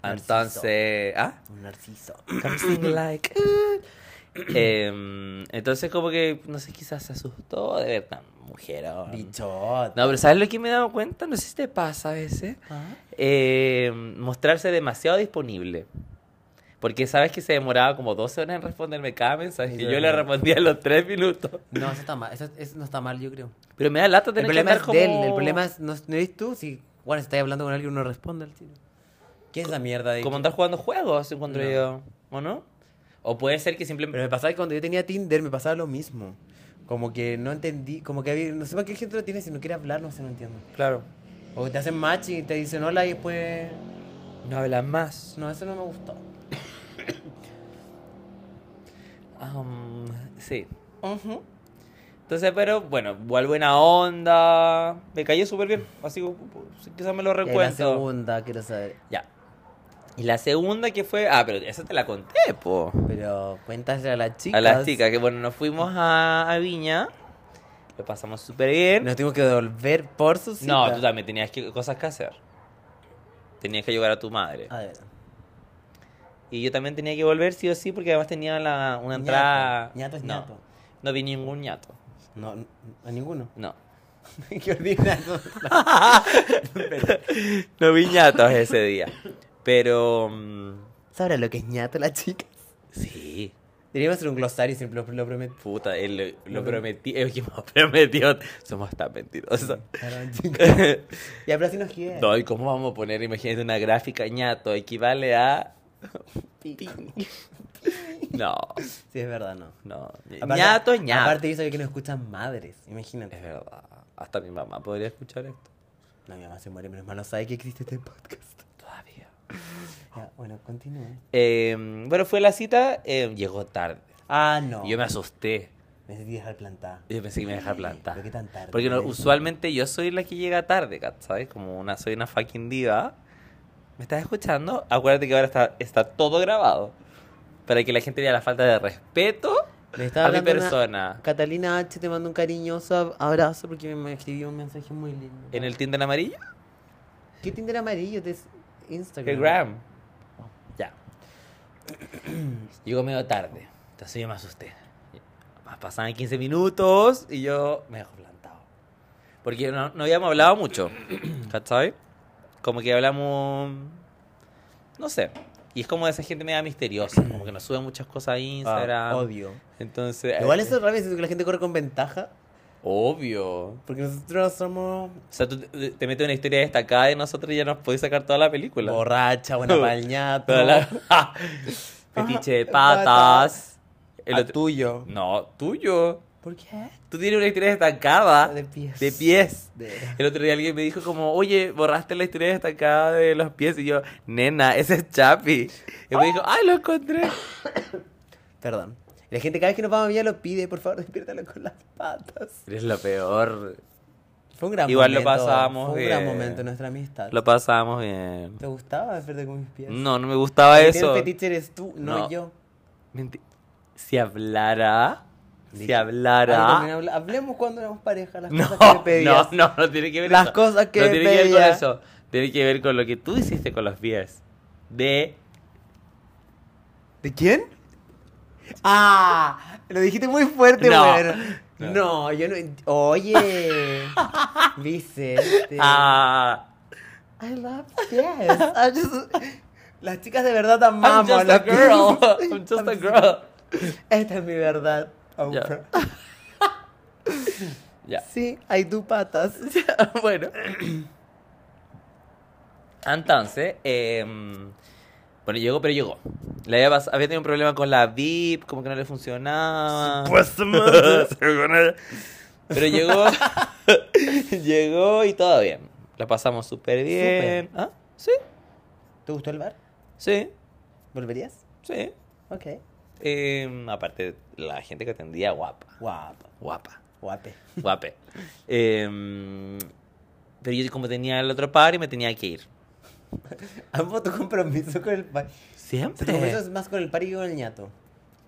B: Narciso.
A: Entonces. ¿Ah?
B: un narciso.
A: Something like Em, entonces como que, no sé, quizás se asustó de ver tan mujer.
B: Bichot.
A: No, pero ¿sabes lo que me he dado cuenta? No sé si te pasa a veces.
B: Ah.
A: Em, mostrarse demasiado disponible. Porque sabes que se demoraba como 12 horas en responderme cada mensaje.
B: Sí,
A: Y
B: sí.
A: yo le respondía a los 3 minutos.
B: No, eso está mal, eso, eso no está mal, yo creo.
A: Pero me da lata
B: El
A: tener
B: problema
A: que
B: es
A: andar
B: de
A: como...
B: él, el problema es, no, no eres tú, si, bueno, si estás hablando con alguien, uno responde al tiro. ¿Qué es esa mierda de
A: Como andar jugando juegos, encuentro
B: No.
A: yo. ¿O no? O puede ser que simplemente...
B: Pero me pasaba que cuando yo tenía Tinder me pasaba lo mismo. Como que no entendí, como que había, no sé para qué gente lo tiene si no quiere hablar, no sé, no entiendo.
A: Claro.
B: O te hacen match y te dicen hola y después...
A: No hablas más.
B: No, eso no me gustó.
A: Um, sí. Entonces, pero bueno, igual buena onda. Me cayó súper bien. Así que pues, quizás me lo
B: Y ahí La
A: recuerdo.
B: segunda, quiero saber.
A: Ya. Y la segunda que fue. Ah, pero esa te la conté, po.
B: Pero cuéntasela a las chicas.
A: A las chicas, que bueno, nos fuimos a, a Viña. Lo pasamos súper bien.
B: Nos tuvimos que devolver por su cita.
A: No, tú también tenías que- cosas que hacer. Tenías que ayudar a tu madre.
B: A ver.
A: Y yo también tenía que volver, sí o sí, porque además tenía la, una
B: Ñato.
A: entrada.
B: Ñato es
A: no,
B: ñato.
A: No vi ningún ñato.
B: No, n- a ninguno.
A: No.
B: Qué ordinario.
A: No vi ñatos ese día. Pero. mm,
B: ¿Sabrá lo que es ñato la chica?
A: Sí.
B: Deberíamos hacer un glosario, siempre lo, lo prometo.
A: Puta, él lo, lo prometí. Es que me prometió. Somos tan mentirosos.
B: Claro, chicas. Y ahora sí nos quiere.
A: No, ¿y cómo vamos a poner? Imagínate una gráfica ñato equivale a. No,
B: Sí, es verdad, no.
A: no.
B: Aparte-
A: ñato es ñato.
B: Aparte dice que no escuchan madres, imagínate.
A: Es verdad. Hasta mi mamá podría escuchar esto.
B: No, mi mamá se muere, menos mal no sabe que existe este podcast.
A: Todavía.
B: Ya, bueno, continúe.
A: Eh, bueno, fue la cita. eh, llegó tarde.
B: Ah, no.
A: Yo me asusté.
B: Me sentí dejar plantada.
A: Yo pensé que me iba a dejar
B: Sí,
A: plantar.
B: pero qué tan tarde,
A: Porque no-
B: Lorenzo.
A: usualmente yo soy la que llega tarde, cat, ¿sabes? Como una, soy una fucking diva. ¿Me estás escuchando? Acuérdate que ahora está, está todo grabado. Para que la gente vea la falta de respeto
B: Le
A: a mi
B: hablando una-
A: persona.
B: Catalina H te mando un cariñoso ab- abrazo porque me escribió un mensaje muy lindo.
A: ¿En el Tinder amarillo?
B: ¿Qué Tinder amarillo? Te es Instagram.
A: El Gram. Ya. Llegó medio tarde. Entonces yo me asusté. Pasaban 15 minutos y yo me dejó plantado. Porque no, no habíamos hablado mucho. ¿Cachai? Como que hablamos. No sé. Y es como esa gente media misteriosa. Como que nos sube muchas cosas a
B: Ah,
A: Instagram.
B: odio.
A: Entonces.
B: Igual
A: eh,
B: eso es raro, siento que la gente corre con ventaja
A: Obvio.
B: porque nosotros somos
A: O sea, tú te, te metes una historia destacada y nosotros ya nos podés sacar toda la película.
B: borracha, buena palñata.
A: Toda la- Ah, Fetiche de patas.
B: patas.
A: El
B: Ah,
A: otro- Mm.
B: tuyo.
A: No, tuyo.
B: ¿Por qué?
A: Tú tienes una historia destacada
B: De pies.
A: Ah, de pies.
B: De-
A: El otro día alguien me dijo como, oye, borraste la historia destacada de los pies. Y yo, nena, ese es Chapi. Y me dijo, ay, lo encontré.
B: Perdón. La gente cada vez que nos vamos a lo pide, por favor, despiértalo con las patas.
A: Eres lo peor.
B: Fue un gran
A: Igual lo
B: momento.
A: pasamos
B: Fue un gran
A: bien.
B: momento en nuestra amistad.
A: Lo pasamos bien.
B: ¿Te gustaba despertar con mis pies?
A: No, no me gustaba
B: El que tiene
A: eso.
B: El fetiche eres tú, no,
A: No.
B: yo.
A: Menti- Si hablara, si
B: Dije, Algo también
A: hablara.
B: habla- Hablemos cuando éramos pareja, las
A: No,
B: cosas que me
A: no,
B: pedías.
A: no, no tiene que ver
B: Las
A: eso.
B: cosas que
A: No tiene que ver con
B: pedía.
A: eso. Tiene que ver con lo que tú hiciste con los pies. De
B: ¿De quién? Ah, lo dijiste muy fuerte,
A: No.
B: weón.
A: Claro.
B: No, yo no. ent- Oye, Vicente.
A: Ah,
B: I love yes. I just- Las chicas de verdad amamos
A: I'm just
B: las
A: a girl. I'm just a girl.
B: Esta es mi verdad. Oprah.
A: Ya.
B: Sí, hay do patas.
A: bueno. Entonces, eh, bueno, llegó, pero llegó. La había, pas- había tenido un problema con la VIP, como que no le funcionaba. Pero llegó, llegó y todo bien. La pasamos súper bien. ¿Ah? Sí,
B: ¿Te gustó el bar?
A: sí,
B: ¿Volverías?
A: sí.
B: Ok.
A: Eh, aparte, la gente que atendía, guapa.
B: Guapa.
A: Guapa.
B: Guape.
A: Guape. Eh, pero yo como tenía el otro par y me tenía que ir.
B: Amo tu compromiso con el par. Tu compromiso
A: Siempre.
B: es más con el par y con el ñato.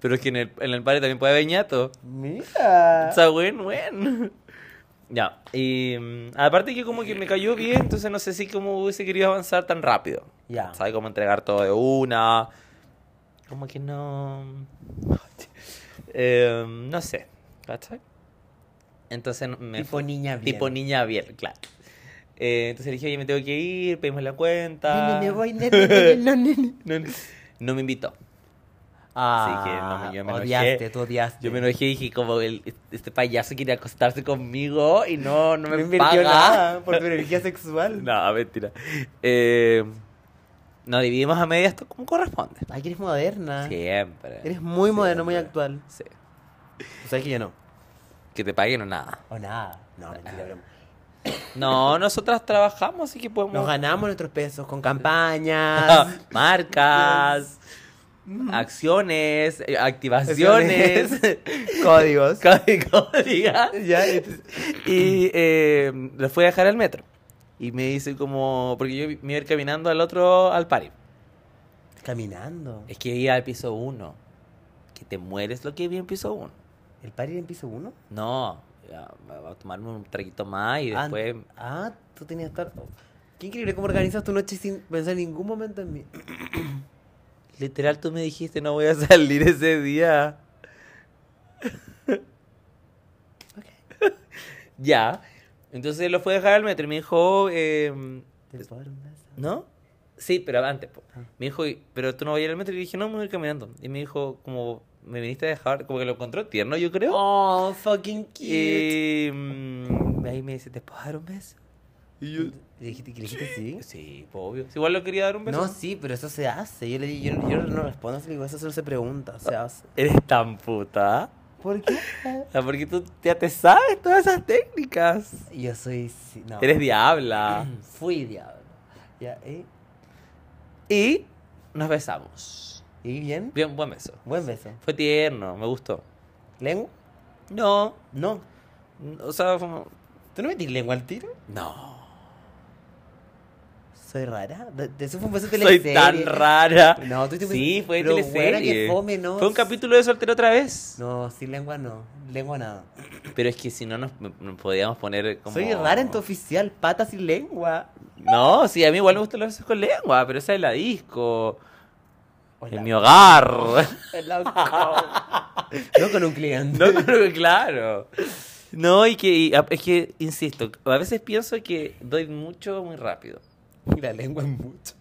A: Pero es que en el, en el party también puede haber ñato.
B: Mira.
A: It's a win-win. ya. Y mm, aparte que como que me cayó bien, entonces no sé si como hubiese querido avanzar tan rápido.
B: Ya.
A: ¿Sabe cómo entregar todo de una? Como que no... Eh, no sé. ¿Cachai? Entonces me...
B: Tipo niña bien.
A: Tipo niña bien, claro. Eh, entonces le dije, oye, me tengo que ir, pedimos la cuenta.
B: Nene, me voy, nene, nene, no, nene.
A: No, no. No me invitó.
B: Ah,
A: que no, yo me enojé.
B: odiaste, tú odiaste.
A: Yo me enojé y dije, como el, este payaso quiere acostarse conmigo y no, no
B: No
A: me,
B: me
A: paga.
B: invirtió nada por tu energía sexual.
A: No, mentira. Eh, nos dividimos a medias to- como corresponde.
B: Ay, Ah, que eres moderna.
A: Siempre.
B: Eres muy moderno, muy
A: Siempre.
B: actual.
A: Sí.
B: O sea, que yo no.
A: Que te paguen o nada.
B: O nada. No, mentira, broma.
A: No, nosotras trabajamos, así que podemos.
B: Nos ganamos nuestros pesos con campañas.
A: Marcas, acciones, eh, activaciones,
B: Códigos.
A: código, diga.
B: Ya, entonces-
A: Y eh, lo fui a dejar al metro. Y me dice como, porque yo me iba a ir caminando al otro, al pari.
B: Caminando.
A: Es que iba al piso 1. Que te mueres lo que vi en piso 1.
B: ¿El par era en piso 1?
A: No, ya, va a tomarme un traguito más y
B: Ah,
A: después...
B: Ah, tú tenías estar. Qué increíble cómo organizas tu noche sin pensar en ningún momento en mí.
A: Literal, tú me dijiste, no voy a salir ese día. ya. Entonces lo fue a dejar al metro y me dijo, em,
B: Te puedo dar un beso.
A: ¿No? Sí, pero antes. po.
B: Ah.
A: Me dijo, "Y- pero tú no vas a ir al metro. Y le dije, no, me voy a ir caminando. Y me dijo, como, me viniste a dejar, como que lo encontró tierno, yo creo.
B: Oh, fucking cute.
A: y mm, ahí me dice, ¿te puedo dar un beso? Y yo,
B: ¿Le dijiste, que le dijiste sí? pues,
A: sí, po, obvio. Si igual lo quería dar un beso.
B: No, sí, pero eso se hace. Yo, le, di- yo, yo no respondo, le digo, eso solo se pregunta, se hace.
A: Eres tan puta.
B: ¿Por qué?
A: Ah, Porque tú ya te sabes todas esas técnicas.
B: Yo soy... sí- No.
A: Eres diabla.
B: Fui diablo. Ya, ¿eh?
A: y nos besamos.
B: ¿Y bien?
A: Bien, buen beso.
B: Buen beso.
A: Fue tierno, me gustó.
B: ¿Lengua?
A: No,
B: No.
A: o sea, fue-
B: ¿Tú no metís lengua al tiro?
A: no.
B: Soy rara. De, de eso fue un beso de
A: Soy tan rara.
B: No, tú te
A: Sí, fue
B: pero
A: teleserie.
B: buena que fome, no.
A: Fue un capítulo de soltero otra vez.
B: No, sin lengua no. Lengua nada.
A: Pero es que si no nos, nos podíamos poner como...
B: Soy rara en tu oficial, patas y lengua.
A: No, sí, a mí igual me gustan los besos con lengua, pero esa es la disco.
B: Hola.
A: En mi hogar.
B: El loco. no con un cliente.
A: No, claro, claro. No, y que, y a- es que, insisto, a veces pienso que doy mucho muy rápido.
B: La lengua es mucho.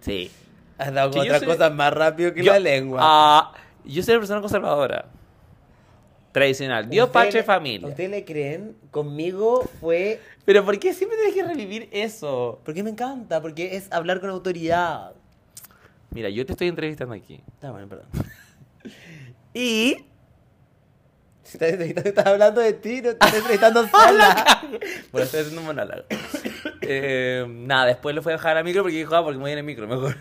A: Sí.
B: Has dado
A: Que
B: con
A: yo
B: otras
A: soy-
B: cosas más rápido que la lengua.
A: Ah, yo soy una persona conservadora. Tradicional. Dios,
B: Ustedes
A: patria y
B: le-
A: familia.
B: ¿Ustedes le creen? Conmigo fue...
A: Pero ¿por qué siempre tienes que revivir eso?
B: Porque me encanta, porque es hablar con autoridad.
A: Mira, yo te estoy entrevistando aquí.
B: Está bueno, perdón.
A: Y
B: Si estás entrevistando, estás hablando de ti, no estás entrevistando sola.
A: Bueno, estoy haciendo un monólogo. Eh, nada, después lo fui a dejar al micro porque dijo, ah, porque me voy en el micro, mejor.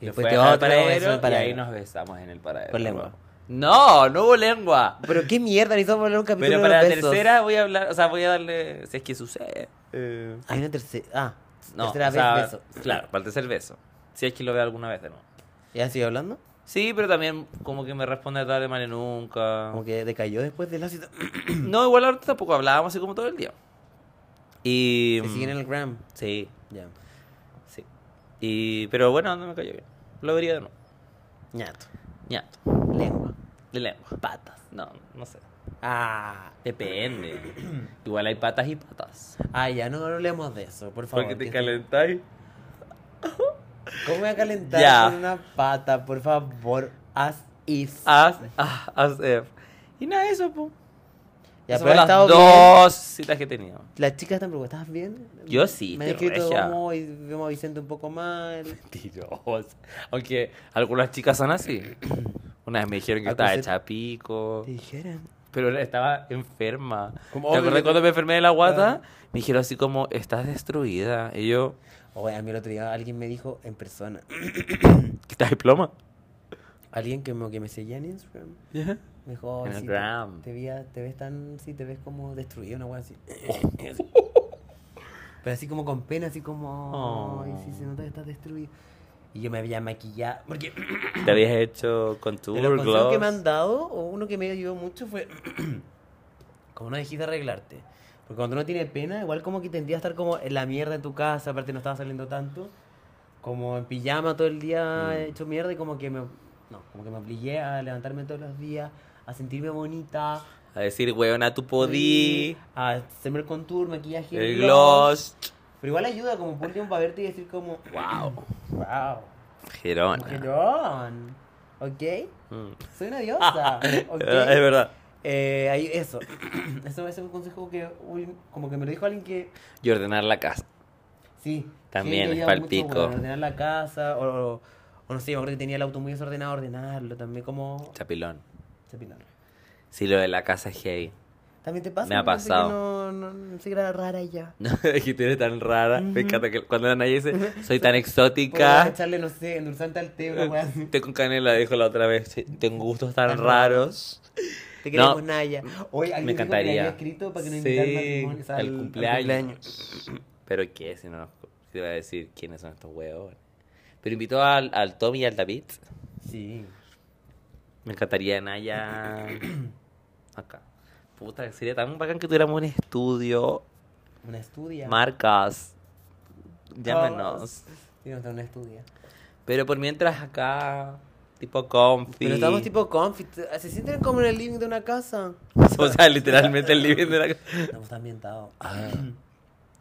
B: Y
A: Lo
B: después
A: fui a
B: te
A: dejar al
B: otro beso en el
A: paradero,
B: paradero.
A: Y ahí nos besamos en el paradero.
B: Con lengua.
A: No, no hubo lengua.
B: Pero qué mierda, necesitamos hablar un capítulo
A: Pero
B: de
A: para
B: los
A: la
B: besos.
A: tercera voy a hablar, o sea, voy a darle, si es que sucede. Eh,
B: Hay una tercera. Ah,
A: no,
B: tercera
A: o sea,
B: vez beso.
A: Claro, para el tercer beso. Si es que lo veo alguna vez de nuevo.
B: ¿Ya sigue hablando?
A: Sí, pero también como que me responde tarde, mal y nunca.
B: Como que decayó después de la cita.
A: No, igual ahorita tampoco hablábamos así como todo el día. Y... mm,
B: Te siguen en el gram.
A: Sí,
B: Ya.
A: Sí. Y, pero bueno, no me cayó bien. Lo vería de nuevo.
B: Ñato.
A: Ñato.
B: Lengua.
A: De lengua.
B: Patas.
A: No, no sé.
B: Ah,
A: Depende. Igual hay patas y patas.
B: ah, ya, no hablemos de eso, por favor. que-
A: calentáis.
B: ¿Cómo me voy a calentar
A: Ya.
B: con una pata? Por favor, haz if.
A: As, ah, as if. Y nada, eso, po.
B: ya,
A: Esas
B: pero
A: fueron
B: ha estado
A: las
B: bien.
A: dos citas que teníamos.
B: Las chicas están preguntando, ¿estás bien?
A: Yo sí,
B: Me han
A: estoy
B: escrito,
A: regia.
B: vamos, y vemos a Vicente un poco mal.
A: Mentirosa. Aunque algunas chicas son así. Una vez me dijeron que
B: Ah,
A: estaba
B: pues,
A: hecha pico.
B: Te dijeron.
A: Pero estaba enferma. ¿Te
B: Como, obvio
A: acuerdas
B: que- Ah.
A: cuando me enfermé de la guata? Me dijeron así como, estás destruida. Y yo,
B: Oye, a mí el otro día alguien me dijo en persona,
A: ¿qué estás diploma?
B: alguien que me, que me seguía en Instagram, me dijo,
A: En
B: "Ay,
A: el
B: sí,
A: gram.
B: te, te, veía- te ves tan, sí, te ves como destruido, una wea así. Pero así como con pena, así como,
A: Oh.
B: ay, sí, se nota que estás destruido. Y yo me había maquillado, porque
A: Te habías hecho con tu
B: De los consejos que me han
A: gloss.
B: dado, o uno que me ayudó mucho fue, como no dejes de arreglarte. Porque cuando uno tiene pena, igual como que tendía a estar como en la mierda en tu casa, aparte no estaba saliendo tanto, como en pijama todo el día
A: Mm.
B: hecho mierda y como que me, no, como que me obligué a levantarme todos los días, a sentirme bonita,
A: A decir, weona, tu podí.
B: a hacerme el contour, maquillaje,
A: El gloss.
B: Pero igual ayuda como por último para verte y decir como,
A: Wow.
B: wow,
A: Gerona.
B: mujerón, ¿ok?
A: Mm. Ah,
B: Soy una diosa, ¿ok?
A: Es verdad.
B: Eh, ahí, eso. eso. Ese es un consejo que uy, como que me lo dijo alguien que...
A: Y ordenar la casa.
B: Sí. sí,
A: También
B: que
A: es
B: ayuda
A: pa'l
B: mucho,
A: pico.
B: bueno, ordenar la casa o, o, o no sé, yo creo que tenía el auto muy desordenado, ordenarlo también como...
A: Chapilón.
B: Chapinarlo.
A: Sí, lo de la casa es heavy.
B: También te pasa.
A: Me ha
B: Yo pensé que
A: pasado.
B: No, no, no sé que era rara ya.
A: No, es que tú eres tan rara. Me encanta que cuando la Naya dice, soy tan
B: Podría
A: exótica.
B: echarle, no sé, endulzante al té, una wea así.
A: Estoy con canela, dijo la otra vez. "Sí, Tengo gustos tan
B: Tan
A: raros. No.
B: Te queremos, Naya.
A: Me
B: Hoy alguien dijo que le
A: encantaría.
B: había escrito para que no invitara al matrimonio, o
A: Sí,
B: sea, al-
A: al
B: al
A: cumpleaños. Pero qué, si no, te iba a decir quiénes son estos huevos. Pero invitó al, al Tommy y al David.
B: Sí.
A: Me encantaría Naya acá. Puta, sería tan bacán que tuviéramos un estudio.
B: Una estudia. Oh,
A: Marcas, llámenos.
B: Sí, no, una estudia.
A: Pero por mientras acá, tipo comfy.
B: Pero estamos tipo confit. Se sienten como en el living de una casa.
A: O sea, literalmente el living de la casa.
B: Estamos ambientados.
A: Ah.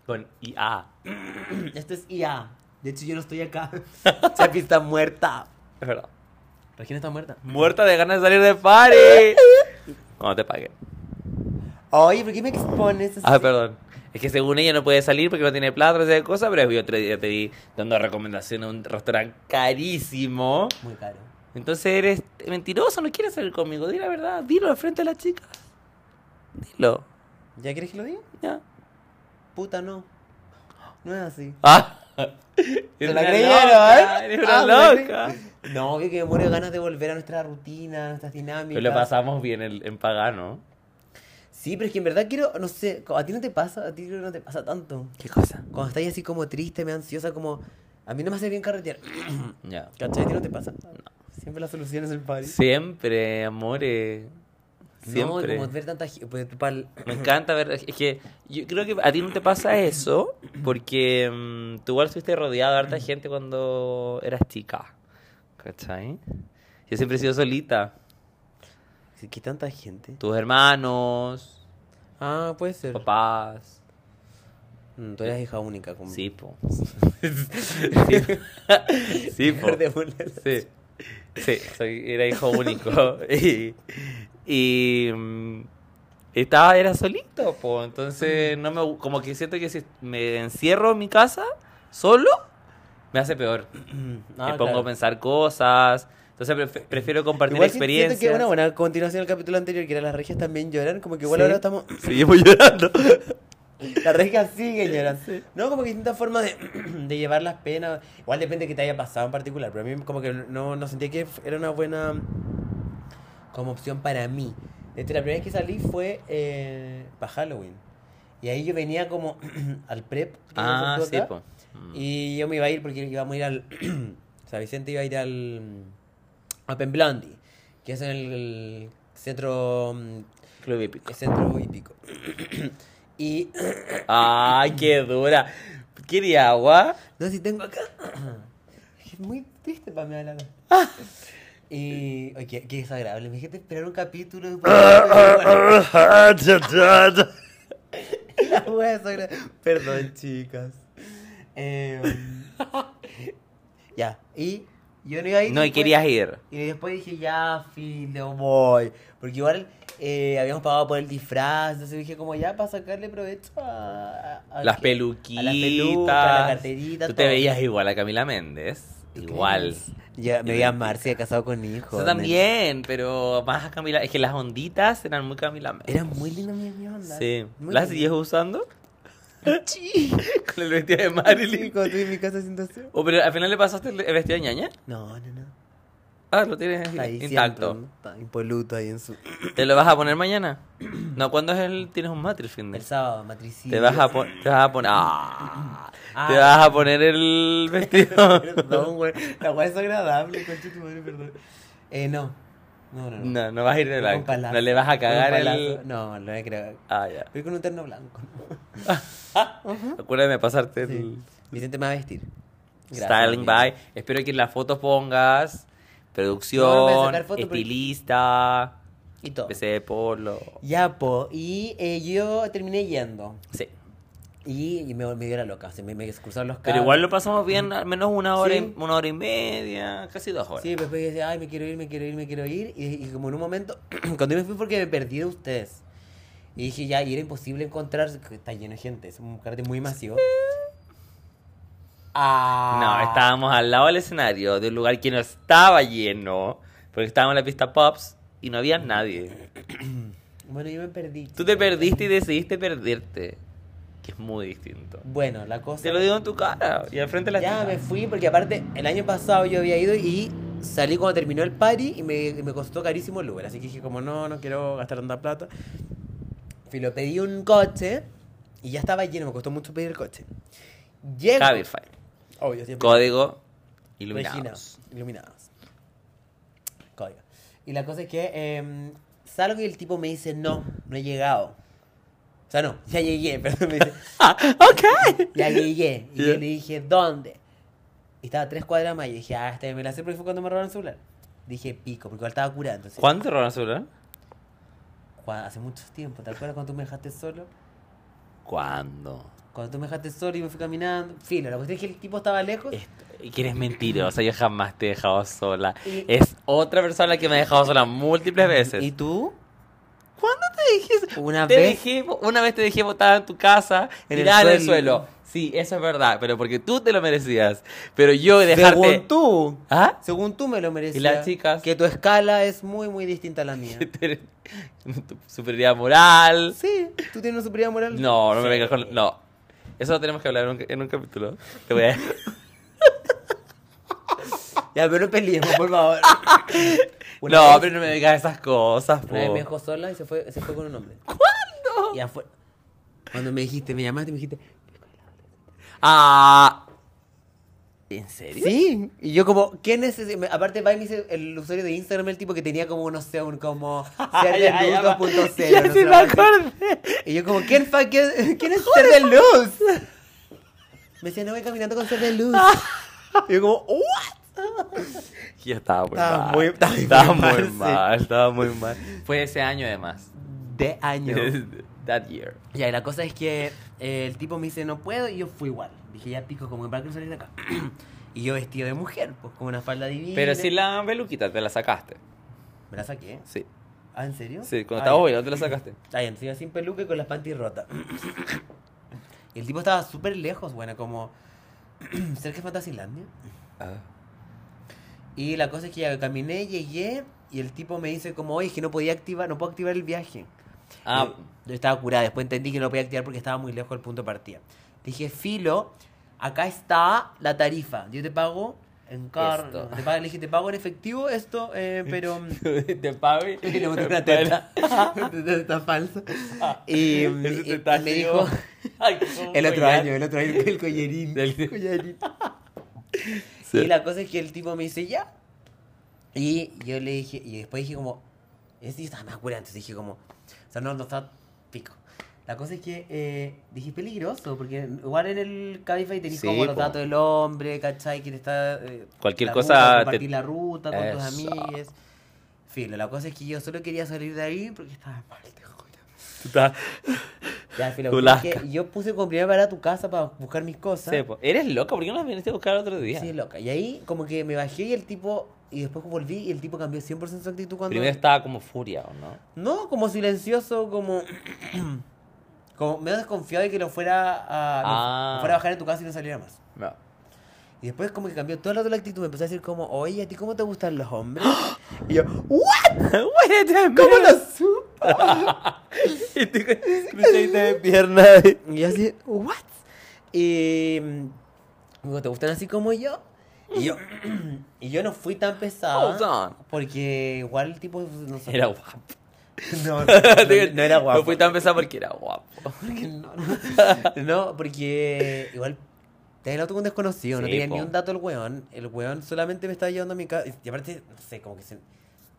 A: Con IA.
B: Esto es IA. De hecho, yo no estoy acá. Chapi está muerta.
A: Es verdad.
B: Regina está muerta.
A: Muerta de ganas de salir de party. Cuando te paguen.
B: Oye, ¿por qué me expones? así?
A: Ah, perdón. Es que según ella no puede salir porque no tiene plata, esa cosa, pero yo otro día te vi dando recomendación a un restaurante carísimo.
B: Muy caro.
A: Entonces eres mentiroso, no quieres salir conmigo. Di la verdad, dilo al frente de las chicas. Dilo.
B: ¿Ya quieres que lo diga?
A: Ya.
B: Puta, no. No es así.
A: Ah.
B: ¿Se
A: Eres
B: la
A: una
B: creyeron?
A: loca, eres
B: Ah,
A: una
B: ¿se la
A: loca.
B: creen? No, obvio que me muero de ganas de volver a nuestra rutina, a nuestras dinámicas.
A: Pero Pues lo pasamos bien el- en Pagano.
B: Sí, pero es que en verdad quiero, no sé, a ti no te pasa, a ti creo que no te pasa tanto.
A: ¿Qué cosa?
B: Cuando estás así como triste, me ansiosa, como... A mí no me hace bien carretear.
A: Ya.
B: ¿Cachai? ¿A ti no te pasa? Siempre la solución es el party.
A: Siempre, amore.
B: No,
A: Siempre.
B: y como ver tanta gente... Pues, pal-
A: Me encanta ver. Es que yo creo que a ti no te pasa eso porque mm, tú igual estuviste rodeado de harta gente cuando eras chica. ¿Cachai? Yo siempre he sido solita.
B: Sí, ¿Qué tanta gente?
A: Tus hermanos,
B: Ah, puede ser.
A: papás.
B: Mm, tú eras hija única. Como...
A: Sí, po. Sí, sí po.
B: De bolas.
A: Sí. Sí, soy- era hijo único. Y, y, mm, estaba, era solito, po. Entonces, no me, gu- como que siento que si me encierro en mi casa solo, me hace peor.
B: Ah,
A: me pongo
B: claro.
A: a pensar cosas. Entonces, pref- prefiero compartir
B: Igual si-
A: experiencias.
B: Siento que, bueno, bueno, a continuación del capítulo anterior, que era las regias también lloran, como que igual
A: Sí.
B: ahora estamos...
A: Seguimos llorando.
B: Las regias siguen llorando. No, como que distintas formas de, de llevar las penas. Igual depende de qué te haya pasado en particular, pero a mí como que no, no sentí que era una buena como opción para mí. De hecho, la primera vez que salí fue para Halloween. Y ahí yo venía como al prep. que
A: Ah,
B: yo
A: sí,
B: acá,
A: po. Mm.
B: Y yo me iba a ir porque íbamos a ir al... o sea, Vicente iba a ir al... A Pemblandi, que es en el centro... mm,
A: Club hípico.
B: Centro hípico. y...
A: Ay, qué dura. ¿Quería agua? Ah.
B: No, si tengo acá. Es muy triste para mí hablar. Y. Oye, qué, qué desagradable. Me dijiste esperar un capítulo. y-
A: Ah,
B: La
A: ah.
B: wea desagra- Perdón, chicas. Em, ya. Y yo no iba a ir.
A: No, y
B: después-
A: querías ir.
B: Y después dije, ya, fin, no voy. Porque igual eh, habíamos pagado por el disfraz. Entonces dije, como ya, para sacarle provecho a. a- a-
A: Las
B: que-
A: peluquitas.
B: A las pelucas, la carterita.
A: Tú te
B: todo.
A: veías igual a Camila Méndez.
B: ¿Tú crees?
A: Igual.
B: Ya, me veía Marcia casado con hijos.
A: Yo también, pero más a Camila. Es que las onditas eran muy Camila Méndez.
B: Era muy linda mi, mi onda.
A: Sí.
B: Muy
A: ¿Las sigues
B: linda.
A: usando? Con el vestido de Marilyn.
B: Sí, cuando estoy en mi casa haciendo así.
A: Oh, pero al final le pasaste el el vestido de ñaña.
B: No, no, no.
A: Ah, lo tienes
B: Está ahí
A: intacto.
B: siempre, está impoluto ahí en su.
A: ¿Te lo vas a poner mañana? No, ¿cuándo es el. Tienes un matri el fin de-
B: El sábado, matricidio.
A: Te vas a poner. Te vas a poner. ¡Ah! Te vas a poner el vestido.
B: Perdón, güey. La weá es agradable, concha tu madre, perdón. Eh, no. No, no, no.
A: No, no vas a ir de
B: Con
A: blanco.
B: palazo.
A: No le vas a
B: Con
A: cagar
B: palazo.
A: el.
B: No, lo voy a crear.
A: Ah, ya.
B: Voy con un terno blanco.
A: Acuérdame de pasarte
B: Sí.
A: el.
B: Vicente me va a vestir. Gracias,
A: Styling by.
B: amigo.
A: Espero que en las fotos pongas
B: No, no voy a
A: producción,
B: sacar fotos porque-
A: estilista,
B: Y todo.
A: PC de polo.
B: Ya, po. Y eh, yo terminé yendo.
A: Sí.
B: Y, y me, me dio la loca. Se me, me excursaron los
A: Pero
B: cables.
A: igual lo pasamos bien, al menos una hora, y-
B: Sí.
A: una hora y media, casi dos horas.
B: Sí, pues después yo decía, ay, me quiero ir, me quiero ir, me quiero ir. Y, y como en un momento, cuando yo me fui porque me perdí de ustedes. Y dije, ya, y era imposible encontrar, está lleno de gente, es un carrete muy masivo. Ah.
A: No, estábamos al lado del escenario, de un lugar que no estaba lleno, porque estábamos en la pista Pops y no había nadie.
B: Bueno, yo me perdí.
A: Tú te perdiste y decidiste perderte, que es muy distinto.
B: Bueno, la cosa...
A: Te lo digo en tu cara y al frente de la
B: Ya, me
A: tipa.
B: fui porque aparte, el año pasado yo había ido y salí cuando terminó el party y me, y me costó carísimo el Uber. Así que dije, como no, no quiero gastar tanta plata. Fui, lo pedí un coche y ya estaba lleno, me costó mucho pedir el coche. Llego...
A: Cabify.
B: Obvio, siempre.
A: Código
B: Regina,
A: iluminados.
B: iluminados. Código. Y la cosa es que em, salgo y el tipo me dice, no, no he llegado. O sea, no, ya llegué, pero me dice,
A: Ah, Ok.
B: ya llegué. Y yo
A: Ya.
B: le dije, ¿dónde? Y estaba a tres cuadras más y dije, ah, este me la sé porque fue cuando me robaron el celular. Dije, pico, porque igual estaba curando. entonces-
A: ¿Cuándo te robaron el celular?
B: Cua- Hace mucho tiempo, ¿te acuerdas cuando tú me dejaste solo?
A: ¿Cuándo?
B: Cuando tú me dejaste solo y me fui caminando. Filo, la cuestión es que el tipo estaba lejos.
A: Y que eres mentirosa, yo jamás te he dejado sola.
B: Y-
A: Es otra persona la que me ha dejado sola múltiples veces.
B: ¿Y tú?
A: ¿Cuándo te dije eso?
B: Una
A: Te
B: vez.
A: dejé- una vez te dejé botada en tu casa,
B: En el
A: tirada en el
B: suelo.
A: suelo. Sí, eso es verdad, pero porque tú te lo merecías. Pero yo dejarte...
B: Según tú.
A: ¿Ah?
B: Según tú me lo merecía.
A: Y las chicas.
B: Que tu escala es muy, muy distinta a la mía.
A: Tu superioridad moral.
B: sí, tú tienes una superioridad moral.
A: No, no me
B: Sí.
A: vengas con... No. Eso lo tenemos que hablar en un, en un capítulo. Te voy a...
B: Ya, pero no peleemos, por favor. Una
A: no,
B: vez-
A: pero no me digas esas cosas, po.
B: Una vez me dejó sola y se fue, se fue con un hombre.
A: ¿Cuándo?
B: Y afuera. Cuando me dijiste, me llamaste y me dijiste,
A: Ah... ¿En serio?
B: sí. Y yo como, ¿quién es ese? Me- Aparte va y me dice el usuario de Instagram, el tipo que tenía como, no sé, un como ser
A: Ay, ay, ay, va. Ya sí me acordé.
B: Y yo como, ¿quién, fa, quién, quién es Ser de Luz? Me decía, no voy caminando con Ser de Luz. Y yo como, "Oh, ¿what?
A: Ya estaba muy
B: Estaba
A: mal.
B: muy- estaba muy
A: estaba muy
B: mal,
A: mal,
B: sí.
A: estaba muy mal. Fue ese año además.
B: De año.
A: That year.
B: Ya, y la cosa es que eh, el tipo me dice, no puedo, y yo fui igual. Dije, ya pico, como que para que no salir de acá. y yo vestido de mujer, pues con una falda divina.
A: Pero si la peluquita te la sacaste.
B: ¿Me la saqué?
A: Sí.
B: ¿Ah, en serio?
A: Sí, cuando
B: Ah,
A: estabas
B: ya.
A: bailando te la sacaste.
B: Ay, encima sin peluca y con las panties rotas. Y el tipo estaba súper lejos, bueno, como cerca de Fantasilandia.
A: Ah.
B: Y la cosa es que ya caminé, llegué, y el tipo me dice como, oye, es que no podía activar, no puedo activar el viaje.
A: Ah,
B: Yo estaba curada, después entendí que no podía activar porque estaba muy lejos del punto de partida. Dije, filo, acá está la tarifa, yo te pago en
A: Esto.
B: carro. Te pago, le dije, te pago en efectivo esto, eh, pero...
A: te pague.
B: Y le mostré una teta. Una teta está falsa. Y, mm,
A: Ah, Ese
B: y- y
A: tetazo.
B: me dijo
A: Ay, cómo
B: el otro
A: colgar.
B: año, el otro año, el collerín.
A: Del-
B: el collerín.
A: Sí.
B: Y la cosa es que el tipo me dice, ya. Y yo le dije, y después dije como, es yo estaba más cura, entonces dije como, o sea, no, no está pico. La cosa es que eh, dije peligroso, porque igual en el Cabify tenés
A: Sí,
B: como los
A: po.
B: datos del hombre, ¿cachai? Quien está. eh,
A: Cualquier
B: la
A: cosa
B: ruta,
A: te-
B: compartir la ruta con tus
A: Eso.
B: amigues. Filo, la cosa es que yo solo quería salir de ahí porque estaba mal, te juro. Ya, filo,
A: Tu
B: filo, es que
A: lasca.
B: yo puse como primera parada a tu casa para buscar mis cosas.
A: Sí, po. Eres loca, ¿por qué no las viniste a buscar otro día?
B: Sí, loca. Y ahí como que me bajé y el tipo, y después volví y el tipo cambió 100% su actitud cuando...
A: Primero estaba como furia, ¿o no?
B: No, como silencioso, como... como medio desconfiado de que lo fuera a... me
A: Ah.
B: fuera a bajar en tu casa y no saliera más.
A: No.
B: Y después como que cambió todo el rato la actitud, me empezó a decir como, oye, ¿a ti cómo te gustan los hombres? y yo, ¿what? ¿Cómo lo supo?
A: y te cruzaste de pierna.
B: Y yo así, ¿what? Y mm, me dijo, ¿te gustan así como yo? Y yo, y yo no fui tan
A: Hold on.
B: pesada. Porque igual el tipo no sé,
A: Ah. Era guapo.
B: No, no, no era guapo.
A: No fui tan pesado porque era guapo.
B: Porque no, no. No, porque igual te hablado con un desconocido, no
A: Sí,
B: tenía
A: po.
B: ni un dato el weón. El weón solamente me estaba llevando a mi casa. Y aparte, no sé, como que se.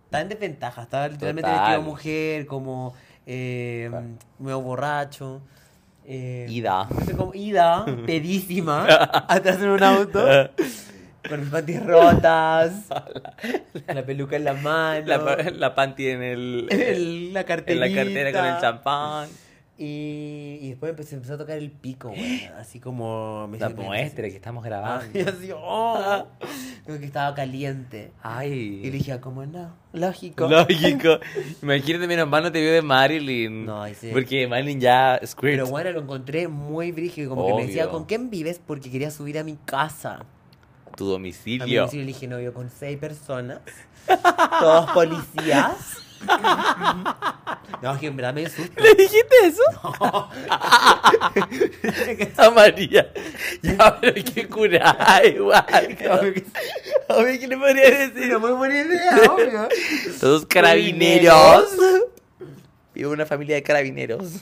B: Estaba en desventaja, estaba literalmente
A: Total.
B: vestido de mujer, como. Eh,
A: Total.
B: medio borracho. Eh,
A: Ida.
B: no sé, como ida, pedísima, atrás en un auto, con mis panties rotas, la peluca en la mano,
A: La, pa- la panty en el.
B: el- la
A: en
B: carterita.
A: la cartera con el champán.
B: Y, y después empecé, empezó a tocar el pico, güey. Así como. Me
A: La
B: me-
A: muestra que estamos
B: Ah,
A: grabando.
B: Y así, oh. Creo que estaba caliente.
A: Ay.
B: Y le dije, como no, lógico.
A: Lógico. Imagínate, mi hermano te vio de Marilyn.
B: No, ahí sí.
A: Porque Marilyn ya script.
B: Pero bueno, lo encontré muy brígido. Como que me decía,
A: Obvio.
B: ¿con quién vives? Porque quería subir a mi casa.
A: Tu
B: A mi
A: domicilio.
B: domicilio le dije, no, yo con seis personas. Todos policías. no, es que en verdad me dio susto.
A: ¿Le dijiste eso? A María. Ya, pero qué curada, igual. A ver, ¿qué le podría decir?
B: Era muy buena idea, obvio.
A: Todos carabineros. Oh, Vivo en una familia de carabineros.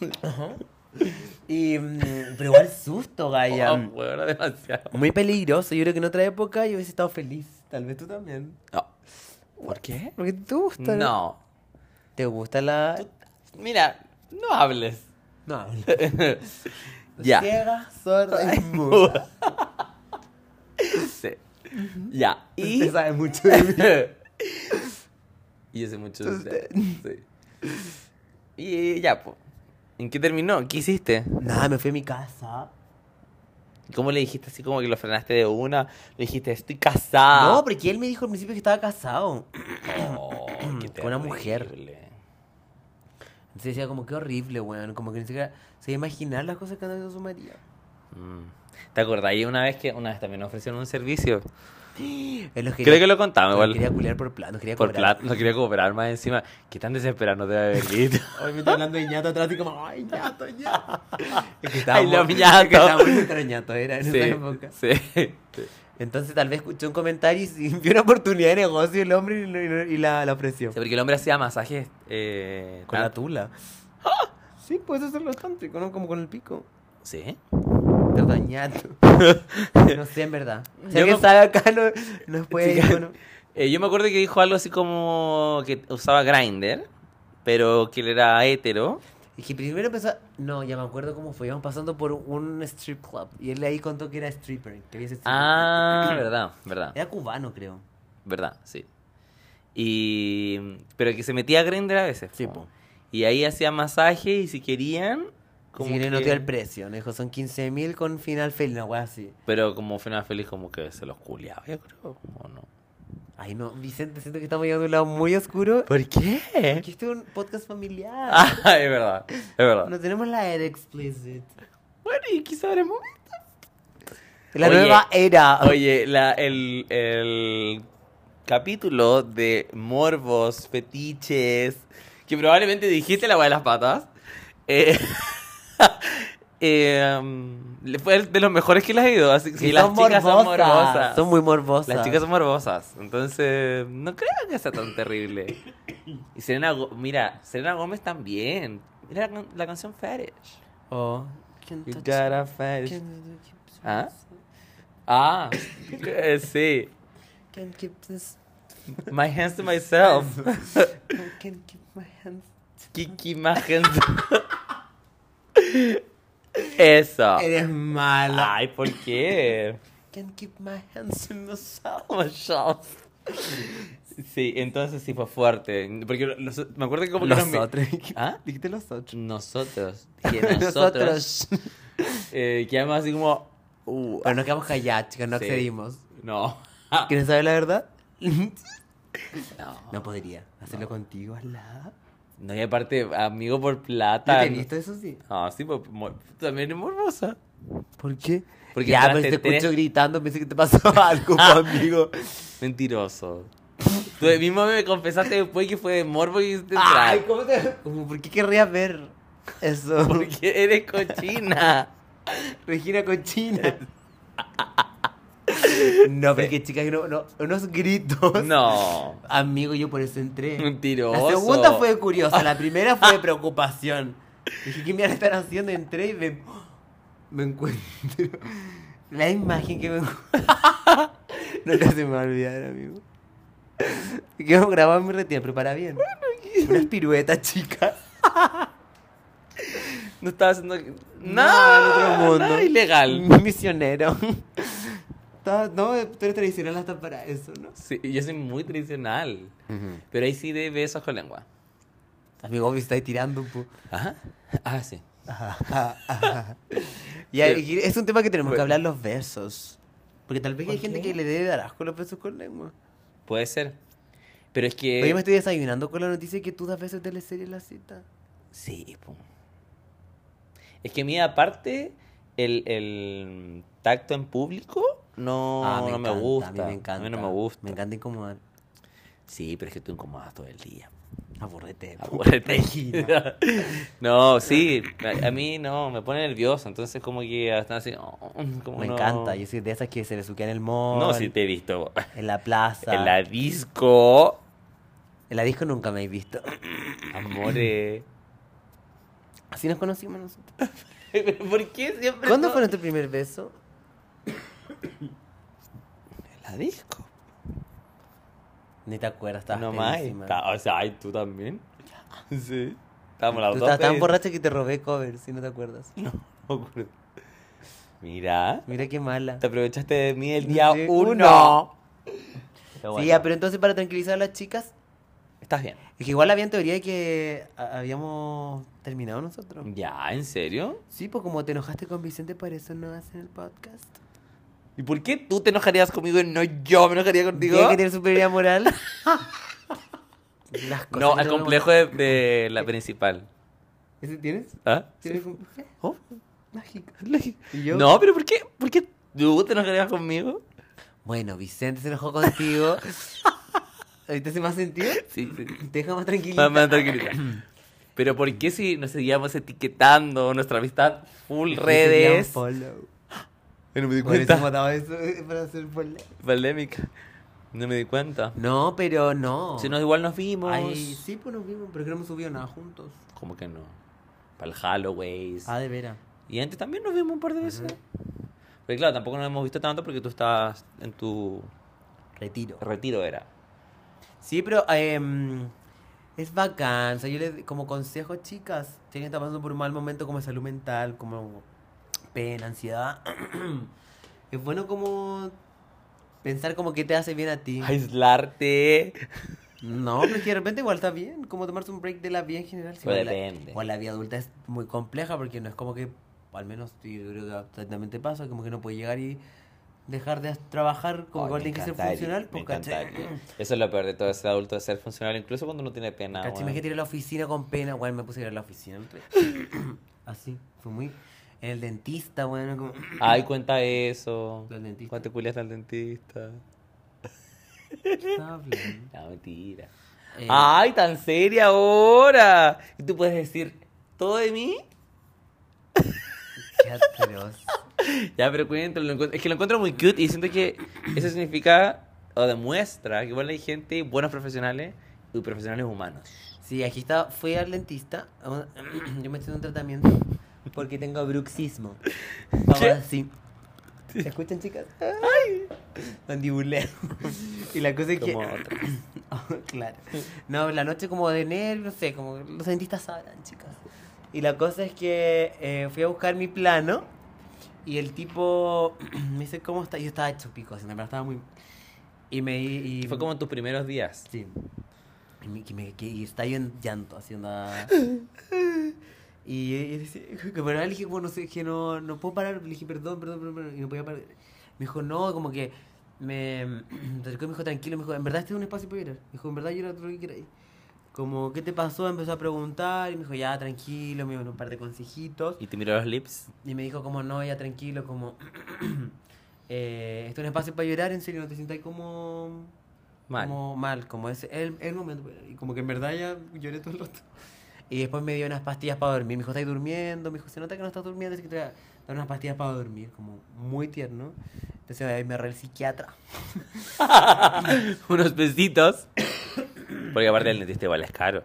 B: Y, mm, pero igual susto, Gaya.
A: Oh, bueno, demasiado.
B: Muy peligroso. Yo creo que en otra época yo hubiese estado feliz. Tal vez tú también.
A: No. ¿Por qué?
B: Porque te gusta.
A: No.
B: ¿Te gusta la.
A: Mira, no hables.
B: No.
A: Ya.
B: Ciega, sorda y muda.
A: Sí. Ya. Y.
B: Usted sabe mucho de mí.
A: y yo sé mucho de usted. Sí. Y ya, po. ¿En qué terminó? ¿Qué hiciste?
B: Nada, me fui a mi casa.
A: ¿Cómo le dijiste así como que lo frenaste de una? Le dijiste, estoy casada.
B: No, porque él me dijo al principio que estaba casado.
A: Oh, qué
B: Con una mujer.
A: terrible.
B: Entonces decía, como qué horrible, weón. Como que ni siquiera se iba a imaginar las cosas que andaba haciendo su marido.
A: Mm. ¿Te acordás? Y una vez que una vez también nos ofrecieron un servicio.
B: Él los
A: Creo que lo contaba
B: los
A: igual.
B: quería culiar por plata. Quería
A: Por
B: cobrar.
A: plata, no quería cooperar más encima. ¿Qué tan desesperado no te va a haber Guito?
B: Hoy me está hablando de ñato atrás y como, ay, ñato, ñato. Es que
A: Ay, los
B: estábamos- es
A: ñatos.
B: que estábamos en otra ñato, era en
A: Sí,
B: esa época.
A: sí.
B: Entonces tal vez escuchó un comentario y sí, vio una oportunidad de negocio el hombre y, lo- y lo- y la, la ofreció.
A: Sí, Porque el hombre hacía masajes eh,
B: Con
A: tan-
B: la tula. Ah. Sí, puedes hacerlo tántrico, ¿no? Como con el pico.
A: Sí.
B: Pero ñato. No sé, en verdad. Si
A: Yo
B: alguien
A: me-
B: sabe acá, no, nos puede
A: Sí,
B: ir, bueno.
A: Eh, yo me acuerdo que dijo algo así como que usaba Grinder, pero que él era hétero.
B: Y que primero empezó. a- No, ya me acuerdo cómo fue. Íbamos pasando por un strip club. Y él ahí contó que era stripper. Que había ese stripper.
A: Ah, verdad, verdad,
B: Era cubano, creo.
A: verdad, sí. Y pero que se metía a Grinder a veces.
B: Sí,
A: po.
B: po.
A: Y ahí hacía masaje y si querían, como
B: Como si que...
A: que-
B: no te dio el precio. Me dijo, son 15 mil con final feliz, una wea así.
A: pero como final feliz como que se los culiaba, yo creo, o no.
B: Ay, no, Vicente, siento que estamos llegando a un lado muy oscuro.
A: ¿Por qué?
B: Aquí estoy en un podcast familiar.
A: Ah, es verdad, es verdad.
B: No tenemos la era explicit.
A: Bueno, y quizá habrá momento.
B: La
A: Oye.
B: nueva era.
A: Oye, la, el, el capítulo de morbos, fetiches, que probablemente dijiste la hueá de las patas, eh, eh, um, le fue de los mejores que las he ido. Así que
B: Sí,
A: las chicas son morbosas.
B: Son muy morbosas.
A: Las chicas son morbosas. Entonces, no creo que sea tan terrible. Y Selena, Go- mira, Selena Gómez también. Mira la, can- la canción Fetish.
B: Oh. Can't
A: You
B: touch
A: got a
B: me.
A: fetish.
B: Can't do- keep-
A: ¿Ah? Ah, eh, sí.
B: Can't keep this.
A: My hands to myself.
B: I can't keep my hands.
A: Kiki, my hands. Eso.
B: Ah. Eres mala.
A: Ay, ¿por qué?
B: Can't keep my hands in the cell.
A: Oh, my God. Sí, entonces sí fue fuerte. Porque los- me acuerdo que como que nos mi-
B: Nosotros.
A: ¿Ah?
B: Dijiste los otros.
A: Nosotros. Que nosotros. eh, quedamos así como. uh,
B: Pero nos quedamos callados, chicos, no
A: Sí. Ah.
B: accedimos.
A: no.
B: ¿Quieres saber la verdad?
A: No.
B: No podría. Hacerlo contigo, Alá.
A: No, y aparte, amigo por
B: Yo
A: plata.
B: te he visto eso sí.
A: Ah, No, sí, por- mo- también es morbosa.
B: ¿Por qué?
A: Porque Ah.
B: ya, pero
A: entraste
B: te escucho
A: tres-
B: gritando, pensé que te pasó algo, amigo.
A: Mentiroso. Tú mismo me confesaste después que fue de morbo y hiciste
B: Ay,
A: entrar.
B: ¿cómo te... como, ¿Por qué querrías ver eso?
A: Porque eres cochina.
B: Regina Cochina. no, porque chicas, uno, no, unos gritos.
A: No.
B: Amigo, yo por eso entré.
A: Mentiroso.
B: La segunda fue de curiosa, la primera fue de preocupación. Dije, ¿qué mierda están haciendo? Entré y me, me encuentro. La imagen que me encuentro. Nunca se me va a olvidar, amigo. Quiero grabar mi retiro, prepara bien. Unas piruetas, chicas.
A: No estaba haciendo.
B: Nada del otro mundo.
A: Nada
B: Mm.
A: ilegal.
B: Misionero. Estaba- No, tú eres tradicional hasta para eso, ¿no?
A: Sí, yo soy muy tradicional. Pero ahí sí de besos con lengua.
B: Amigo, me estáis tirando un poco.
A: Ajá. Ah, sí.
B: Y ahí- es un tema que tenemos que
A: Bueno.
B: hablar los besos. Porque tal vez
A: ¿Por
B: hay gente
A: qué?
B: que le debe dar asco a los besos con lengua.
A: Puede ser. Pero es que.
B: Pero yo me estoy desayunando con la noticia que tú das besos de la serie en la cita.
A: Sí, po. Es que a mí, aparte, el, el tacto en público no, no Ah, me gusta.
B: A mí Ah, me encanta.
A: no me gusta.
B: Me encanta incomodar.
A: Sí, pero es que tú incomodas todo el día.
B: Aburrete.
A: Aburrete.
B: Regina.
A: no, sí, a, a mí no, me pone nervioso. Entonces, como que están así. oh, como
B: Me
A: no.
B: encanta. Yo soy de esas que se le suquean en el mall.
A: No, sí te he visto.
B: En la plaza.
A: En la disco.
B: En la disco nunca me he visto.
A: Amore.
B: Así nos conocimos nosotros.
A: ¿Pero ¿Por qué siempre?
B: ¿Cuándo
A: no?
B: fue nuestro primer beso?
A: En la disco.
B: Ni te acuerdas, estabas
A: no más.
B: pedísima.
A: Está- O sea, ay, tú también. Sí. Estábamos
B: Tú
A: las dos.
B: estabas tan
A: pe-
B: borracha que te robé cover, si no te acuerdas.
A: No me acuerdo. Mira.
B: Mira qué mala.
A: Te aprovechaste de mí el día
B: Sí,
A: uno.
B: uno.
A: Pero
B: Sí,
A: bueno,
B: ya, pero entonces para tranquilizar a las chicas,
A: Estás bien.
B: es que igual había teoría de que a- habíamos terminado nosotros.
A: Ya, ¿en serio?
B: Sí, pues como te enojaste con Vicente, por eso no hacen el podcast.
A: ¿Y por qué tú te enojarías conmigo y no yo me enojaría contigo?
B: Tiene que tener superioridad moral. Las cosas
A: No,
B: que
A: al
B: tenemos-
A: complejo de, de la principal.
B: ¿Ese tienes?
A: ¿Ah?
B: ¿Tienes un-
A: Oh,
B: Mágico.
A: lógico.
B: ¿Y yo?
A: No, pero ¿por qué? ¿Por qué tú te enojarías conmigo?
B: Bueno, Vicente se enojó contigo. ¿Ahorita hace más sentido?
A: Sí, sí.
B: Te deja más tranquilita.
A: Más- más tranquilita. Pero ¿por qué si nos seguíamos etiquetando nuestra amistad full
B: Yo
A: redes?
B: tenía un follow.
A: No me di
B: Por eso mataba eso eh, para hacer follow.
A: Pandémica. No me di cuenta.
B: No, pero no.
A: Si no, igual nos vimos.
B: Ay, sí, pues nos vimos, pero que no hemos subido nada juntos.
A: Como que no. Para el Halloween.
B: Ah, de veras.
A: Y antes también nos vimos un par de veces. Pero claro, tampoco nos hemos visto tanto porque tú estabas en tu
B: Retiro.
A: retiro, era.
B: Sí, pero em, es bacán. O sea, yo les como consejo, chicas, si alguien está pasando por un mal momento como de salud mental, como pena, ansiedad, es bueno como pensar como que te hace bien a ti.
A: Aislarte.
B: No, pero es que de repente igual está bien, como tomarse un break de la vida en general.
A: Pero
B: igual la-
A: Pues depende.
B: igual la vida adulta es muy compleja porque no es como que, al menos yo creo que también te pasa, como que no puedes llegar y dejar de trabajar, como
A: Ay,
B: que igual
A: me
B: tienes que ser
A: encantaría,
B: funcional,
A: me
B: pues, ¿cachai?
A: encantaría. Ah, Eso es lo peor de todo, ser adulto, de ser funcional, incluso cuando no tiene pena.
B: Caché,
A: weón.
B: imagínate ir a la oficina con pena, weón, me puse a ir a la oficina. el otro día. Así, fue muy... En el dentista, bueno, como...
A: Ay, cuenta eso.
B: Del dentista.
A: Cuando te culiaste al dentista.
B: Estaba hablando.
A: No, mentira.
B: Eh,
A: Ay, tan seria ahora. Y tú puedes decir, ¿todo de mí?
B: Eh, Qué asqueroso.
A: Ya, pero cuéntalo. lo encuent- Es que lo encuentro muy cute y siento que eso significa o demuestra que igual hay gente, buenos profesionales y profesionales humanos.
B: Sí, aquí estaba, fui al dentista. a una- Yo me estoy en un tratamiento porque tengo bruxismo. Ahora sí. ¿Se escuchan, chicas? Mandibuleo. Y la cosa es que. oh,
A: Como otros.
B: claro. No, la noche como de nervios, no sé, como los dentistas sabrán, chicas. Y la cosa es que eh, fui a buscar mi plano y el tipo me dice, ¿cómo está? Yo estaba hecho pico, así, en verdad estaba muy... Y me... Y,
A: Y fue como en tus primeros días.
B: Sí. Y, me, que me- que- y está yo en llanto, haciendo... Y, y dice, que pero le dije, como no sé, que no, no puedo parar. Le dije, perdón, perdón, perdón, perdón", y no podía parar. Me dijo, no, como que me se acercó y me dijo, tranquilo, me dijo, en verdad este es un espacio para llorar. Me dijo, en verdad llora todo lo que queráis. Como, ¿qué te pasó? Empezó a preguntar y me dijo, ya, tranquilo, me dio un par de consejitos.
A: Y te miró los lips.
B: Y me dijo como, no, ya tranquilo, como, eh, esto es un espacio para llorar, en serio, no te sientas como
A: Mal.
B: como mal, como es el, el momento. Y como que en verdad ya lloré todo el rato. Y después me dio unas pastillas para dormir. Me dijo, ¿estáis durmiendo? Me dijo, se nota que no estás durmiendo, así que te voy a dar unas pastillas para dormir. Como muy tierno. Entonces ahí me agarré el psiquiatra.
A: Unos besitos. Porque aparte el dentista igual es caro.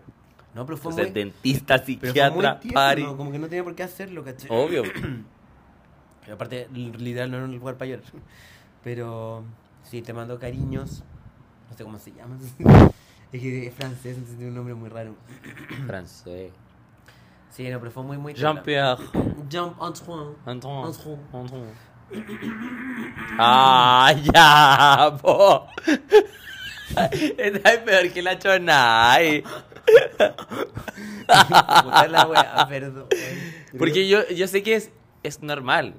B: No, pero fue
A: Entonces,
B: muy...
A: dentista,
B: Pero fue muy
A: psiquiatra,
B: tierno,
A: pari. Oh.
B: como que no tenía por qué hacerlo, ¿cachai?
A: Obvio.
B: Pero aparte, l- literal, no era un lugar para llorar. Pero sí, te mando cariños. No sé cómo se llama. es que es francés, entonces tiene un nombre muy raro.
A: Francés.
B: Sí, no, pero fue muy, muy... tierno.
A: Jean-Pierre.
B: Jump Antoine.
A: Antoine.
B: Antoine.
A: Antoine. Ah, ya, po. Esta es peor que la chonay.
B: Puta la wea, perdón.
A: Porque yo, yo sé que es, es normal.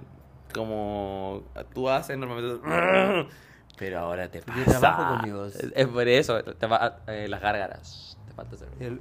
A: Como tú haces normalmente. Pero ahora te pasa.
B: Yo trabajo con mi voz.
A: Es, es por eso. Te va, eh, las gárgaras. Te falta hacer.
B: El-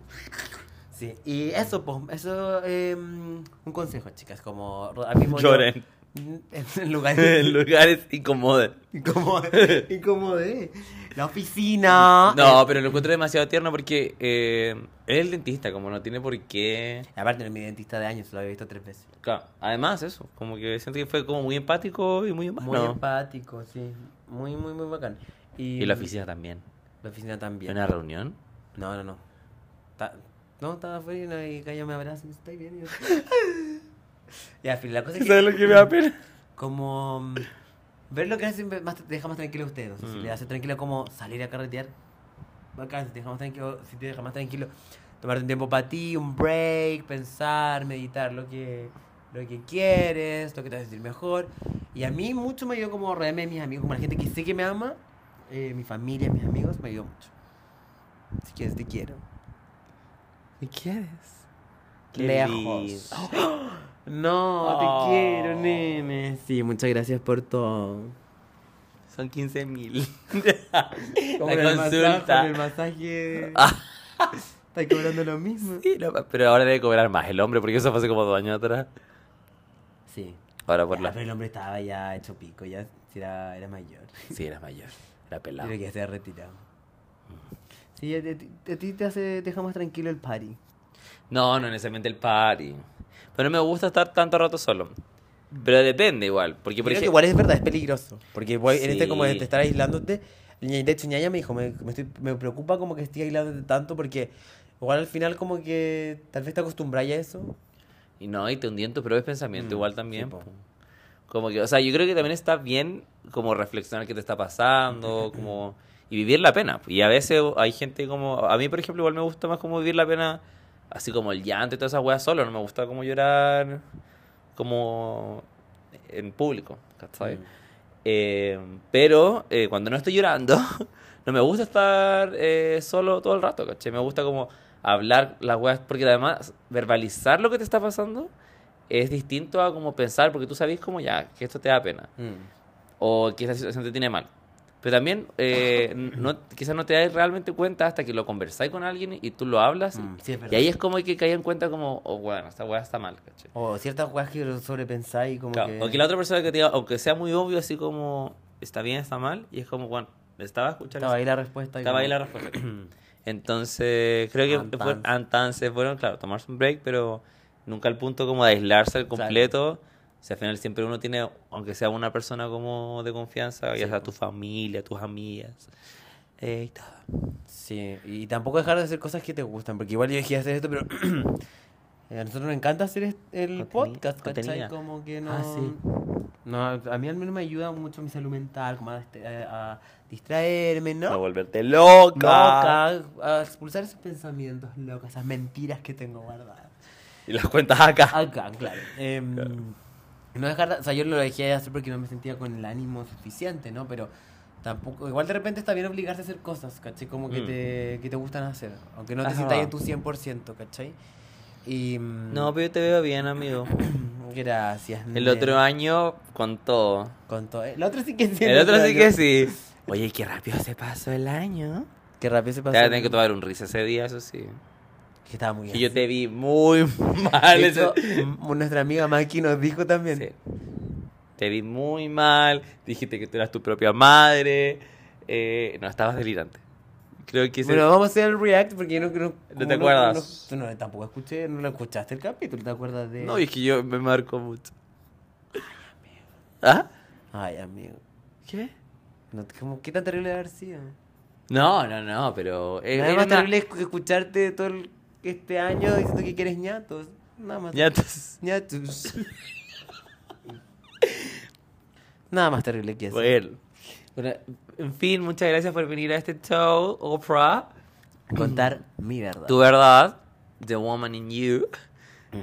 B: Sí, y eso, pues, eso, eh, un consejo, chicas, como... ro- al mismo yo-
A: Lloren.
B: En lugares...
A: Lugares incomodos.
B: Incomode, incomode. La oficina. Eh,
A: No, pero lo encuentro demasiado tierno porque eh, él es el dentista, como no tiene por qué.
B: Aparte, no es mi dentista de años, lo había visto tres veces.
A: Claro, además eso, como que siento que fue como muy empático y muy humano.
B: Muy empático, sí. Muy, muy, muy bacán. Y,
A: Y la oficina también.
B: La oficina también.
A: Una reunión.
B: No, no, no. Ta- No, estaba afuera y Cayo me abraza y me dice, ¿estáis bien? Y yo, ya, al fin, la cosa es que...
A: lo que me da pena?
B: como mm, ver lo que hacen ve- más, te deja más tranquilo a usted. No sé si
A: Mm.
B: le hace tranquilo como salir a carretear. Bacán, si te deja más tranquilo, si te deja más tranquilo, tomarte un tiempo para ti, un break, pensar, meditar lo que, lo que quieres, lo que te hace sentir mejor. Y a mí mucho me ayudó como rodearme de mis amigos, como la gente que sé que me ama, eh, mi familia, mis amigos, me ayudó mucho. Si quieres, te quiero.
A: ¿Me quieres?
B: Lejos. No,
A: Oh.
B: te quiero, nene. Sí, muchas gracias por todo.
A: Son 15 mil.
B: Como
A: La
B: el masaje,
A: consulta.
B: con el masaje. Está cobrando lo mismo.
A: Sí, no, pero ahora debe cobrar más el hombre, porque eso fue hace como dos años atrás.
B: Sí.
A: Ahora por
B: Ya,
A: la.
B: Pero el hombre estaba ya hecho pico, ya era, era mayor.
A: Sí, era mayor. Era pelado.
B: Creo que ya se ha retirado. Mm. Sí, a ti- a ti te hace, te deja más tranquilo el party.
A: No, no necesariamente el party. Pero no me gusta estar tanto rato solo. Pero depende igual. Porque, por
B: Creo que
A: ejemplo.
B: igual es verdad, es peligroso. Porque voy- en este como de
A: Sí.
B: estar aislándote, ña- de hecho ñaña me dijo, me, me estoy- me preocupa como que esté aislándote tanto porque igual al final como que tal vez te acostumbras a eso.
A: Y no, y te hundí en tus propios pensamientos
B: Mm,
A: igual
B: sí,
A: también.
B: po.
A: po. Como que, o sea, yo creo que también está bien como reflexionar qué te está pasando, como... Y vivir la pena. Y a veces hay gente como... A mí, por ejemplo, igual me gusta más como vivir la pena, así como el llanto y todas esas weas solo. No me gusta como llorar como en público, ¿cachai?
B: Mm.
A: Eh, pero eh, cuando no estoy llorando, no me gusta estar eh, solo todo el rato, ¿cachai? Me gusta como hablar las weas, porque además verbalizar lo que te está pasando es distinto a como pensar, porque tú sabes como ya, que esto te da pena, o que esta situación te tiene mal. Pero también eh, no, quizás no te das realmente cuenta hasta que lo conversáis con alguien y tú lo hablas.
B: Mm, sí, es
A: y
B: verdad.
A: ahí es como que caí en cuenta como, oh, bueno, esta wea está mal, ¿cachai?
B: O ciertas cosas que lo sobrepensáis y como
A: Claro,
B: que...
A: o que la otra persona que te diga, aunque sea muy obvio, así como está bien, está mal, y es como, bueno, estaba escuchando,
B: Estaba ahí la respuesta. y
A: estaba
B: como-
A: ahí la respuesta. Entonces, creo que fue-
B: Antanse.
A: antanse fueron, claro, tomarse un break, pero nunca al punto como de aislarse al
B: Claro.
A: completo. O sea, al final siempre uno tiene, aunque sea una persona como de confianza, ya
B: Sí,
A: sea
B: po.
A: tu familia, tus amigas. eh, y todo.
B: Sí, y tampoco dejar de hacer cosas que te gustan, porque igual yo dejé de hacer esto, pero eh, a nosotros nos encanta hacer est- el
A: Conteni-
B: podcast,
A: contenido.
B: ¿cachai? Como que no...
A: Ah, sí.
B: No, a mí al menos me ayuda mucho mi salud mental, como a, dist- eh, a- a distraerme,
A: A
B: ¿no?
A: volverte loca.
B: Loca, a expulsar esos pensamientos locos, esas mentiras que tengo guardadas.
A: Y Y las cuentas acá.
B: Acá, Ah, claro. Em, No dejar, de- o sea, yo lo dejé de hacer porque no me sentía con el ánimo suficiente, ¿no? Pero tampoco, igual de repente está bien obligarse a hacer cosas, ¿cachai? Como que,
A: Mm.
B: te, que te gustan hacer, aunque no te
A: Ajá.
B: sintáis en tu 100%, ¿cachai? Y... mm,
A: No, pero yo te veo bien, amigo.
B: Gracias.
A: El otro año con todo.
B: Con todo. El otro sí que sí.
A: El otro sí
B: año.
A: que sí. Oye, qué rápido se pasó el año.
B: Qué rápido se
A: Te
B: pasó.
A: voy a tener que tomar un risa ese día, eso sí.
B: Que estaba muy
A: Que
B: bien.
A: yo te Ah, vi muy mal.
B: De
A: ese-
B: hecho, m- nuestra amiga Maki nos dijo también.
A: Sí. Te vi muy mal. Dijiste que tú eras tu propia madre. eh, no, estabas delirante. Creo que ese-
B: Bueno, vamos a hacer el react porque yo no creo.
A: te acuerdas?
B: No, no, tampoco escuché, no lo escuchaste el capítulo, ¿te acuerdas de.?
A: No, y es que yo me marco mucho. ¿Ah?
B: Ay, amigo.
A: ¿Qué?
B: No, como, ¿Qué tan terrible debe haber sido?
A: No, no, no, pero. eh,
B: Nada
A: era
B: más
A: una-
B: terrible es que escucharte todo el- este año diciendo que quieres ñatos. Nada más.
A: Ya, entonces-
B: ñatos. Nada más terrible que eso.
A: Bueno. Bueno, en fin, muchas gracias por venir a este show, Oprah.
B: Contar mi verdad.
A: Tu verdad, The Woman in You.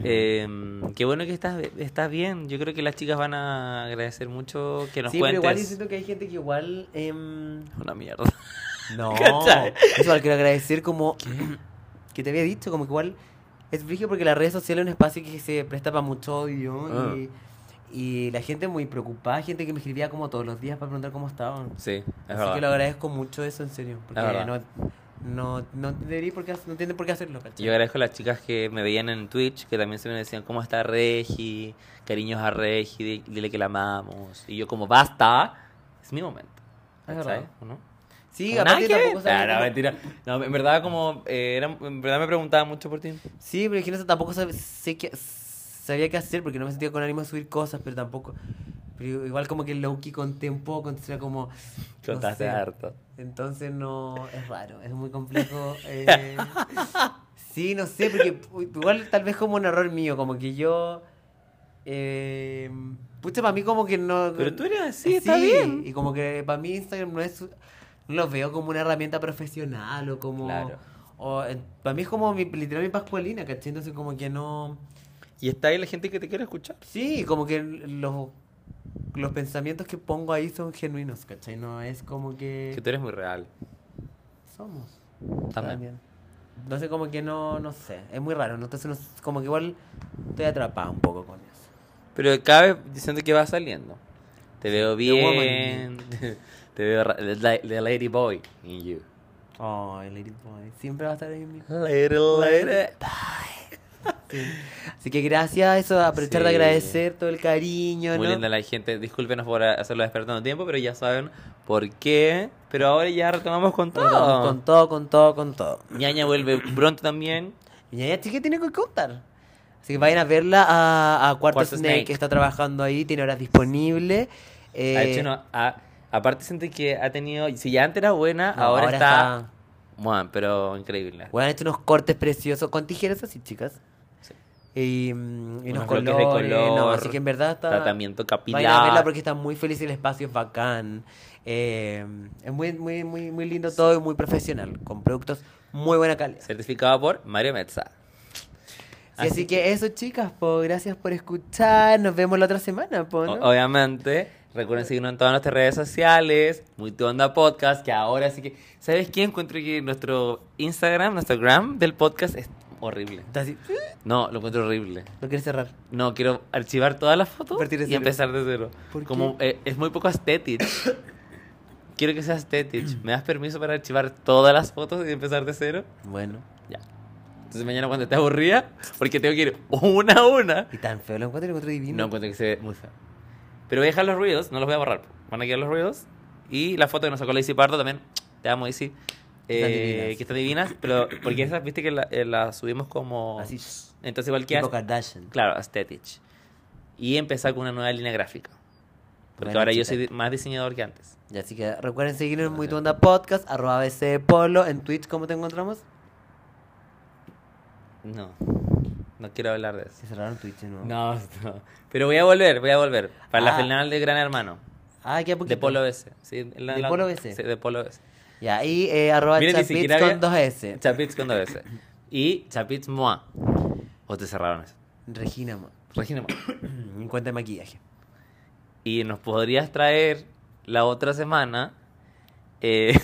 A: Em, qué bueno que estás, estás bien. Yo creo que las chicas van a agradecer mucho que nos
B: sí,
A: cuentes.
B: pero igual yo siento que hay gente que igual. em,
A: Una mierda.
B: No,
A: ¿Cachai?
B: eso igual quiero agradecer como que te había dicho, como que igual es brillo porque las redes sociales es un espacio que se presta para mucho odio
A: Ah.
B: y, y la gente muy preocupada, gente que me escribía como todos los días para preguntar cómo estaban.
A: Sí, es
B: Así
A: verdad.
B: que lo agradezco mucho eso en serio, porque
A: verdad.
B: no, no, no debería por qué, hac- no tienen por qué hacerlo, ¿cachai?
A: Yo agradezco a las chicas que me veían en Twitch, que también se me decían, ¿cómo está Regi? Cariños a Regi, di- dile que la amamos. Y yo como, basta, es mi momento.
B: Es
A: ¿Cachai?
B: verdad.
A: ¿O no?
B: sí,
A: Como,
B: aparte
A: nada que ver.
B: tampoco sabía
A: Ah, no,
B: cómo-
A: mentira. No, en verdad como, eh, era- en verdad me preguntaban mucho por ti.
B: Sí, pero es que no sé, tampoco sab- sé qué- sabía qué hacer porque no me sentía con ánimo de subir cosas, pero tampoco. Pero igual como que Loki conté un poco, entonces era como. no
A: Contaste
B: sé.
A: harto.
B: Entonces no. Es raro, es muy complejo. eh. Sí, no sé, porque u- igual tal vez como un error mío, como que yo. Eh, pucha, para mí como que no. Eh,
A: Pero tú eres así, está bien.
B: Y como que para mí Instagram no es. No lo veo como una herramienta profesional o como.
A: Claro.
B: O, para mí es como mi, literal mi pascualina, ¿cachai? Entonces como que no...
A: Y está ahí la gente que te quiere escuchar.
B: Sí, como que los, los pensamientos que pongo ahí son genuinos, ¿cachai? No es como que...
A: Que tú eres muy real.
B: Somos.
A: También.
B: No sé, como que no, no sé. Es muy raro, ¿no? Entonces, no sé, como que igual estoy atrapado un poco con eso.
A: Pero cada vez diciendo que vas saliendo. Te veo
B: woman
A: bien. Te veo ra- the, la- the lady boy in you.
B: Oh, el Lady Boy. Siempre va a estar ahí en mi
A: Little
B: lady Así que gracias, eso, aprovechar de
A: Sí.
B: agradecer todo el cariño,
A: Muy
B: ¿no?
A: linda la gente. Discúlpenos por hacerlo despertando tiempo, pero ya saben por qué. Pero ahora ya retomamos con
B: Nos vamos
A: todo.
B: Con todo, con todo, con todo.
A: Ñaña vuelve pronto también.
B: Mi ñaña chica tiene que contar. Así que vayan a verla a, a Cuarto,
A: Cuarto
B: Snake,
A: Snake.
B: que está trabajando ahí, tiene horas disponibles. Eh,
A: Ha Ah, hecho una- ha- aparte siente que ha tenido... Si ya antes era buena,
B: no,
A: ahora, está... Bueno, pero increíble.
B: Bueno, han hecho unos cortes preciosos con tijeras así, chicas.
A: Sí.
B: Y, mm, y unos,
A: bloques de
B: colores. no,
A: color,
B: así que en verdad está.
A: Tratamiento capilar.
B: Vayan a verla porque está muy feliz y el espacio es bacán. Eh, es muy, muy, muy, muy lindo todo y muy profesional, con productos muy buena calidad.
A: Certificado por Mario Metza.
B: Sí, así,
A: Así
B: que, eso, chicas, po, gracias por escuchar. Nos vemos la otra semana, po, ¿no?
A: O- Obviamente, recuerden seguirnos en todas nuestras redes sociales, Muy Tu Onda Podcast, que ahora sí que... ¿Sabes qué? Encuentro que nuestro Instagram, nuestro gram del podcast es horrible.
B: Está así,
A: No, lo encuentro horrible.
B: Lo quieres cerrar.
A: No, quiero archivar todas las fotos
B: Partir de
A: y
B: cero.
A: empezar de cero.
B: ¿Por
A: Como eh, es muy poco aesthetic. quiero que sea aesthetic. ¿Me das permiso para archivar todas las fotos y empezar de cero?
B: Bueno.
A: Ya. Entonces mañana cuando esté aburrida, porque tengo que ir una a una,
B: Y tan feo lo encuentro, lo encuentro divino.
A: No pues, encuentro que se ve muy feo. Pero voy a dejar los ruidos, no los voy a borrar. pues. Van a quedar los ruidos. Y la foto que nos sacó Lacey Pardo también. Te amo, Lacey.
B: Están
A: Eh,
B: divinas.
A: que están divinas. Pero porque esas, viste que la, eh, las subimos como.
B: Así.
A: Entonces, igual que.
B: Tipo
A: as-
B: Kardashian.
A: Claro, aesthetic. Y empezar con una nueva línea gráfica. Porque
B: Buena
A: ahora yo
B: chica.
A: soy di- más diseñador que antes.
B: Y así que recuerden seguirnos en Muy Tu Onda Podcast, arroba BC Polo, en Twitch, ¿cómo te encontramos?
A: No. No quiero hablar de eso.
B: Se cerraron Twitch, ¿no?
A: No, no. Pero voy a volver, voy a volver. Para la
B: Ah.
A: final de Gran Hermano.
B: Ah, qué poquito.
A: De Polo S. Sí, la-
B: ¿De
A: la-
B: Polo S?
A: Sí, de Polo S.
B: Ya, y eh, arroba
A: Miren, ni
B: Chapitz
A: siquiera
B: con
A: había-
B: dos S.
A: Chapitz con dos S. Y Chapitz Moa. ¿O te cerraron eso?
B: Regina, ma.
A: Regina.
B: en cuenta de maquillaje.
A: Y nos podrías traer la otra semana eh,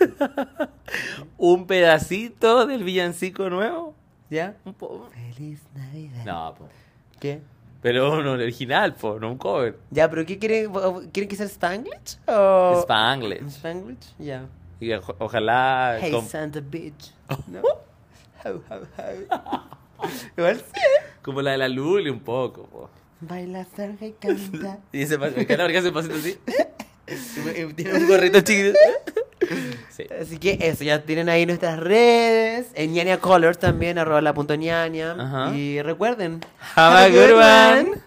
A: un pedacito del villancico nuevo.
B: ¿Ya?
A: Un po-
B: Feliz Navidad.
A: No, po.
B: ¿Qué?
A: pero un original, po, no un cover.
B: Ya, pero ¿qué quieren? ¿Quieren que sea Spanglish? O...
A: Spanglish.
B: Spanglish, ya.
A: Y oja- ojalá.
B: Hey,
A: con-
B: Santa bitch. No. Ho, ho, ho. Igual sí.
A: como la de la Luli, un poco. po.
B: Baila, zarga y canta.
A: Y ese pa- el canal que hace el pasito así.
B: Tiene un gorrito chiquito.
A: Sí.
B: Así que eso, ya tienen ahí nuestras redes. En ñaña colors también, arroba la punto ñaña.
A: Ajá.
B: Y recuerden.
A: Have a good one.